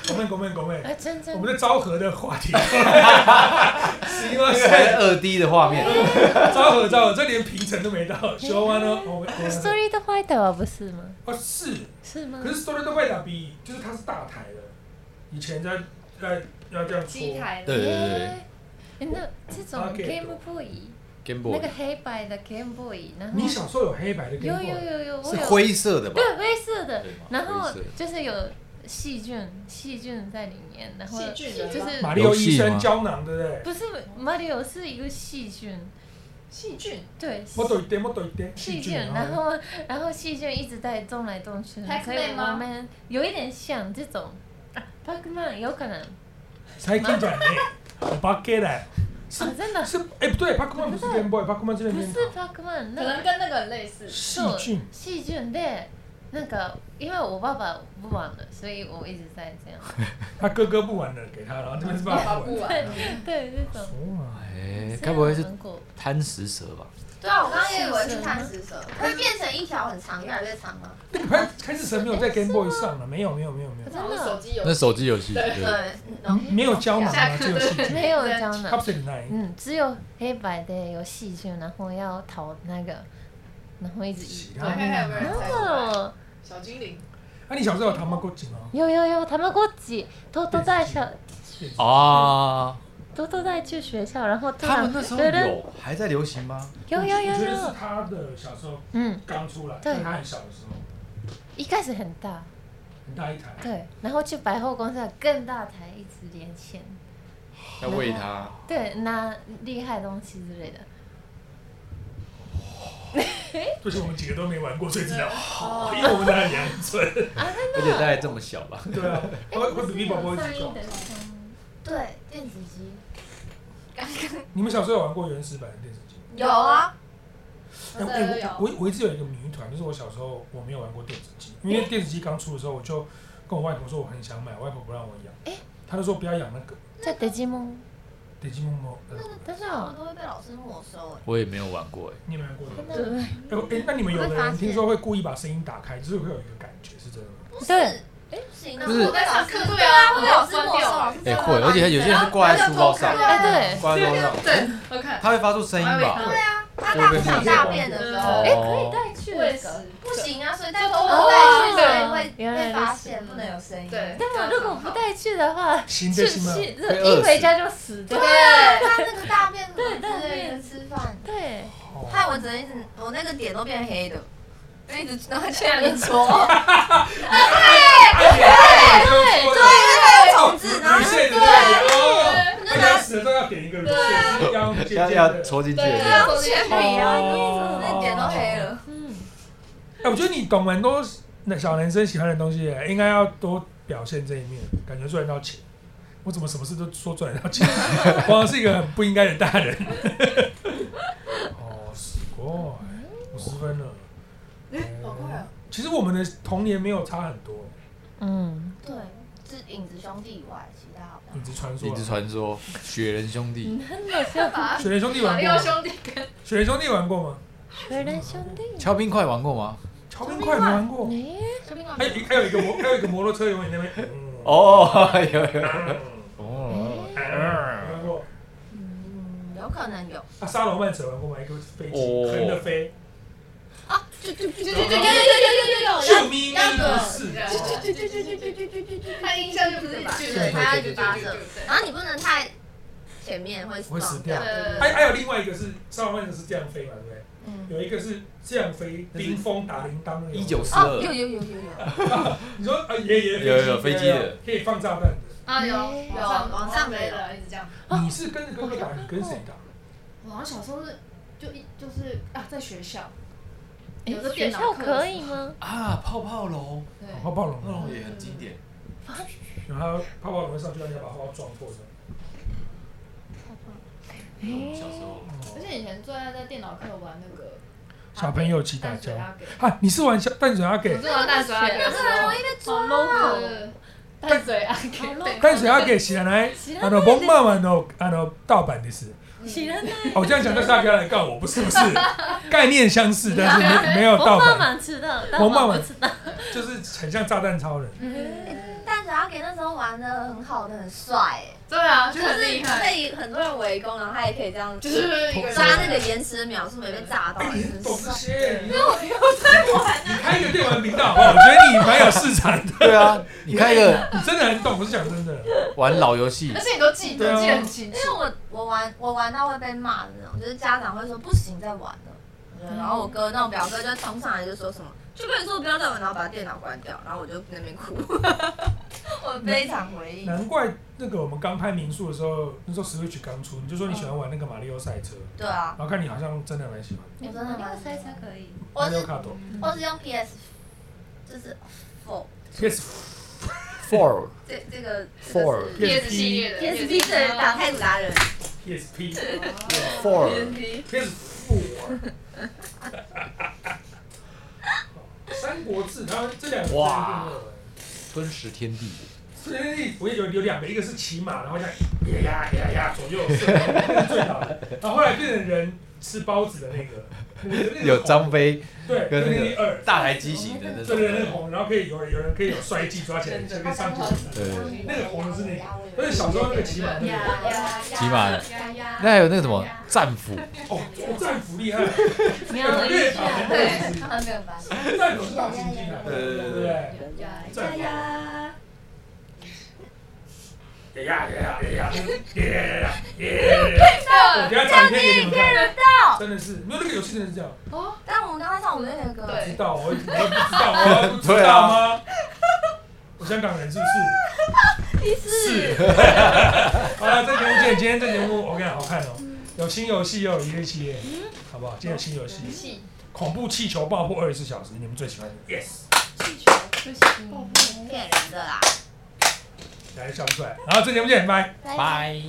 S1: 狗妹，狗妹，狗妹，
S2: 哎，真真
S1: 我们的昭和的话 题，是因为
S4: 那个还是二 D 的画面，
S1: 昭和昭和，这连平成都没到，修完了，哦我们
S2: 哎
S1: 我们
S2: Story 的坏的啊，不是吗？
S1: 哦是，
S2: 是吗
S1: 可？是 Story 都会打比，就是它是大台的，以前在在要这样
S3: 机
S1: 搓，
S3: 台
S4: 对对对对
S2: 哎，那这种
S1: Pocket
S2: Game Boy，
S4: ，Game
S2: 那个
S4: Boy
S2: 黑白的 Game Boy，然后
S1: 你小时候有黑白的
S2: 有
S1: Game
S2: 嗯有
S1: Boy，
S2: 有有，我
S4: 是
S2: 有
S4: 灰色的吧？
S2: 对灰色的
S4: 对嘛，
S2: 然后
S4: 灰色
S2: 就是有细菌细菌在里面，然后
S3: 细菌人吗
S2: 就是
S1: 马里奥医
S4: 游戏
S1: 生
S4: 吗
S1: 胶囊，对不对？
S2: 不是 Mario 是一个细菌，
S3: 细菌，
S2: 对。
S1: 我抖一点，我抖一点，
S2: 细菌，
S1: 啊
S2: 然后然后细菌一直在动来动去，
S3: Pac-Man
S2: 所以我
S3: 吗
S2: 们有一点像这种啊，Pacman 有可能，
S1: 才跟讲你，我八 K 的，是
S2: 啊真的
S1: 是哎不对，Pokemon 哦不是 Game Boy，Pokemon 这边
S2: 不
S1: 电
S2: 是 Pacman，
S3: 可
S2: 那
S3: 能跟那个很类似。
S1: 细
S2: 是
S1: 菌。
S2: 细菌对，那个因为我爸爸不玩了，所以我一直在这样，
S1: 他哥哥不玩了，给他，然后这边是爸
S3: 爸
S1: 爸
S3: 爸
S1: 玩
S3: 不。玩，
S2: 对这种。
S1: 哦
S4: 哎，
S2: 虽
S4: 该
S2: 然
S4: 不会
S2: 我
S4: 是
S2: 玩过
S4: 贪食蛇吧？
S6: 对啊，我刚刚也以为是贪食蛇，会变成一条很长，越来越长吗？
S1: 那个开开始神没有在 Game Boy 上了，没有没有没有没有
S2: 真的
S3: 手机有
S4: 那手机游戏，
S3: 对
S4: 对，
S6: 对，嗯，
S1: 没有胶囊啊，
S3: 下课
S1: 只有细菌。
S2: 没有胶囊，
S1: Captain Nine，
S2: 嗯，只有黑白的有细菌，然后要逃那个，然后一直移动
S3: 对。看看有没有人猜出来。
S2: 哦，
S3: 小精灵，
S1: 啊，你小时候有糖吗？过几吗？
S2: 有有有，他们过几偷偷在小
S4: 啊，
S2: 偷偷在去学校，然后突
S4: 他
S2: 然
S4: 们那时候
S2: 对对
S4: 有还在流行吗？
S2: 有有
S1: 我觉
S2: 有
S1: 得是
S2: 有，
S1: 他的小时候
S2: 嗯，
S1: 刚出来，
S2: 对
S1: 在他很小的时候，
S2: 一开始很大，
S1: 很大一台。
S2: 对，然后去百货公司更大台一直连线，
S4: 要喂它，
S2: 对，拿厉害东西之类的。
S1: 就是我们几个都没玩过，所以知道，哦因为我们在阳春，
S4: 而且大概这么小吧，
S1: 对啊，会会比比宝宝一起
S2: 哎
S1: 重。
S6: 对，电子机
S1: 你们小时候有玩过原始版的电子机吗？
S6: 有啊，
S1: 哎、哎我我我一直有一个谜团，就是我小时候我没有玩过电子机，
S2: 哎
S1: 因为电子机刚出的时候，我就跟我外婆说我很想买，我外婆不让我养，
S2: 哎
S1: 她就说不要养那个
S2: 在德基梦，
S1: 得金梦猫，呃
S2: 但是
S6: 我
S2: 哦，
S6: 都会被老师没收哎。
S4: 我也没有玩过哎。
S1: 你有没有玩过那个？
S2: 对
S1: 哎、我哎那你们有的
S2: 会发
S1: 人
S2: 现
S1: 听说会故意把声音打开，就是会有一个感觉，是真的吗？
S2: 对，
S6: 不行，
S4: 不是
S6: 我被老师
S3: 对啊
S6: 对啊，我被老师
S3: 关
S6: 没
S3: 掉
S6: 收，啊
S3: 了
S6: 老师
S4: 哎、
S6: 真的
S4: 会，而且有些人是挂在书包上，
S6: 然后
S2: 哎
S4: 挂在书包上，
S3: 对，我看，
S4: 它会发出声音吧？
S1: 对啊，
S6: 他大不想大便的时候
S4: 哦，
S2: 哎，可以带去
S3: 我也
S2: 那
S3: 是
S2: 个，，
S6: 啊不行啊，所以带偷偷带去，所以会
S2: 原
S6: 被
S2: 来
S6: 发
S2: 如此
S6: 现，不能有声音。
S3: 对，
S2: 但是如果不带去的话，
S1: 行
S2: 去
S1: 的行吗？
S2: 去
S4: 会饿
S2: 一回
S4: 死
S2: 家就死掉
S6: 对，。他那个大便
S2: 对大
S6: 之类的
S2: 便
S6: 吃饭，
S2: 对，
S1: 哦
S6: 害我只能一直，我那个点都变黑的，就一直然后这样一搓，
S1: 对
S6: 对，它有虫子，然后
S1: 女性的对哦，而且死了都要点一个乳腺，要
S4: 要要戳进去的地
S6: 对
S4: 方，
S6: 啊，铅笔啊，
S1: 哦
S6: 那点都黑了。
S2: 嗯，
S1: 哎，我觉得你懂蛮多那小男生喜欢的东西，应该要多表现这一面，感觉赚得到钱。我怎么什么事都说赚得到钱？我好像是一个很不应该的大人。哦，死过，五十分了。
S3: 好快哦
S1: 其实我们的童年没有差很多，
S2: 嗯，
S6: 对，是影子兄弟以外，其他好像
S1: 影子传说
S4: 一
S1: 啊，
S4: 直传说雪人兄
S2: 嗯
S4: 弟，
S3: 把
S1: 雪人兄弟
S3: 马
S1: 玩
S3: 里
S1: 过
S3: 奥
S1: 吗？
S3: 兄弟跟
S1: 雪人兄弟玩过吗？
S2: 学人兄弟，
S4: 敲冰块玩过吗？
S1: 超冰块没玩过。
S2: 哎，
S1: 还有一还有一个摩还有一个摩托车永远在那边。嗯
S4: 哦，有有有
S1: 嗯
S4: 哦，
S1: 嗯玩过。
S6: 嗯有可能有
S1: 啊，沙龙曼蛇玩过吗？一个飞机
S4: 哦
S1: 横着飞，
S6: 啊，就就就就
S3: 对对对
S1: 秀咪咪的是。
S3: 对对对对对对对对，他印象就不是
S6: 对，它一直发射，然后你不能太前面会
S1: 会死掉
S3: 对
S1: 还还有另外一个是沙龙曼蛇是这样飞嘛，对不对？
S6: 嗯
S1: 有一个是这样飞，冰封打铃铛那个。
S4: 一九四
S6: 哦，有
S4: 二，
S6: 有有有有，
S2: 哎
S1: 你说啊，爷爷
S4: 有有有飞机的，
S1: 可以放炸弹的。
S3: 啊有
S6: 往
S3: 往
S6: 上
S3: 上
S6: 飞
S3: 飞
S6: 了
S3: 了，一直这样。
S6: 啊
S1: 你是跟着哥哥打，你跟谁打？
S6: 哦
S3: 我好像小时候是就一就是啊，在学校有个
S2: 诶
S3: 电
S2: 学
S3: 脑
S2: 校
S3: 课
S2: 可以吗？
S4: 啊，泡泡龙，
S3: 对，
S1: 泡泡龙
S4: 泡泡
S6: 哦
S1: 啊，
S4: 龙也很经典，
S1: 然后泡泡龙会上去，让你把泡泡撞破的。
S4: 小
S2: 哎
S4: 时候
S3: 而且以前最爱在电脑课玩那个
S1: 小朋友起打
S3: 淡
S1: 胶
S3: 水阿给，
S1: 啊！嗯你是玩小淡水阿给
S3: 我，是玩淡水阿给的时候，
S6: 哦
S2: 好 local，
S3: 淡水阿给，
S1: 但是要给知らない
S2: 哦
S1: あのボンバーマンのあの盗版です。
S2: 喜人呢？
S1: 哦，这样讲，但是大家来告我，不是不 是，概念相似，但是没没有
S2: 我
S1: 盗
S2: 爸
S1: 版，
S2: 妈知道，但
S1: 我爸
S2: 我
S1: 爸
S2: 不知道。
S1: 就是很像炸弹超人。
S6: 但只要给那时候玩的很好的，很帅哎，
S3: 对啊，就
S6: 就
S3: 很厉
S6: 是可
S3: 害，
S6: 以很多人围攻，然后他也可以这样
S3: 就是一个
S6: 抓那个延迟秒数没被炸到，很
S1: 懂这
S6: 帅。
S1: 些，你有在玩？你啊开一个电玩频道好不好？我觉得你蛮有市场的，
S4: 对啊，你看一个
S1: 你真的很懂，我是讲真的。
S4: 玩老游戏
S3: 而，且你都记
S1: 对啊
S3: 得，记得很清楚
S6: 因。为我我玩我玩到会被骂的那种，就是家长会说不行再玩了，然后我哥那种表哥就冲上来就说什么，就跟你说不要再玩，然后把电脑关掉，然后我就那边哭， 我非常回忆。
S1: 难怪那个我们刚拍民宿的时候，那时候 Switch 刚出，你就说你喜欢玩那个马里奥赛车，
S6: 对啊，
S1: 然后看你好像真的蛮喜欢。
S6: 我真的蛮
S2: 塞车可以，
S6: 我
S1: 马里奥
S6: 是
S1: 卡朵
S6: 我是用 PS，就是 Four
S1: ，PS
S4: Four
S6: 这这个这
S4: Four
S6: 个是
S1: PS
S3: PS 系列的
S6: PSP 是打太古达人
S1: PSP
S4: Four，
S6: ，PSP
S1: PS Four。三国志，他这两个
S4: 哇吞食天地，
S1: 所以我也有有两个，一个是骑马，然后这样呀呀呀呀左右射，那个最好的。然后后来变成人吃包子的那个，那个
S4: 有张飞
S1: 对，
S4: 跟
S1: 跟
S4: 那
S1: 那个
S4: 个
S1: 二，
S4: 大台机型的
S1: 对
S4: 那种，
S1: 对那个红，然后可以有人有人可以有摔技抓起来，就跟上去。
S4: 对，
S1: 那个红的是那个，而且小时候那个骑马那个，
S4: 骑马，那还有那个什么战斧，
S1: 哦，战斧厉害，
S2: 没有
S1: 有
S2: 一
S1: 越
S2: 下。
S1: 打
S6: 对
S1: 越直，
S6: 他没有发现。
S1: 战斧是大猩猩啊，对不对？战斧。呀呀呀呀呀呀呀呀！我等下找影片给你们看，真的是，没有那个游戏真的是这样。
S6: 但我们刚刚上我们那个
S1: 知
S3: 对
S1: 道，我我也不知道，我不知
S4: 对
S1: 道
S4: 啊
S1: 吗？我香港人是不是？是。好了，这节目见。今天这节目我跟你讲好看哦，有新游戏又有一日系列，好不好？今天有新游戏，恐怖气球爆破二十四小时，你们最喜欢的？Yes，
S3: 气球不行，
S6: 骗人的啦。
S1: 大家笑不出来。好，这节目见，拜。
S4: 拜。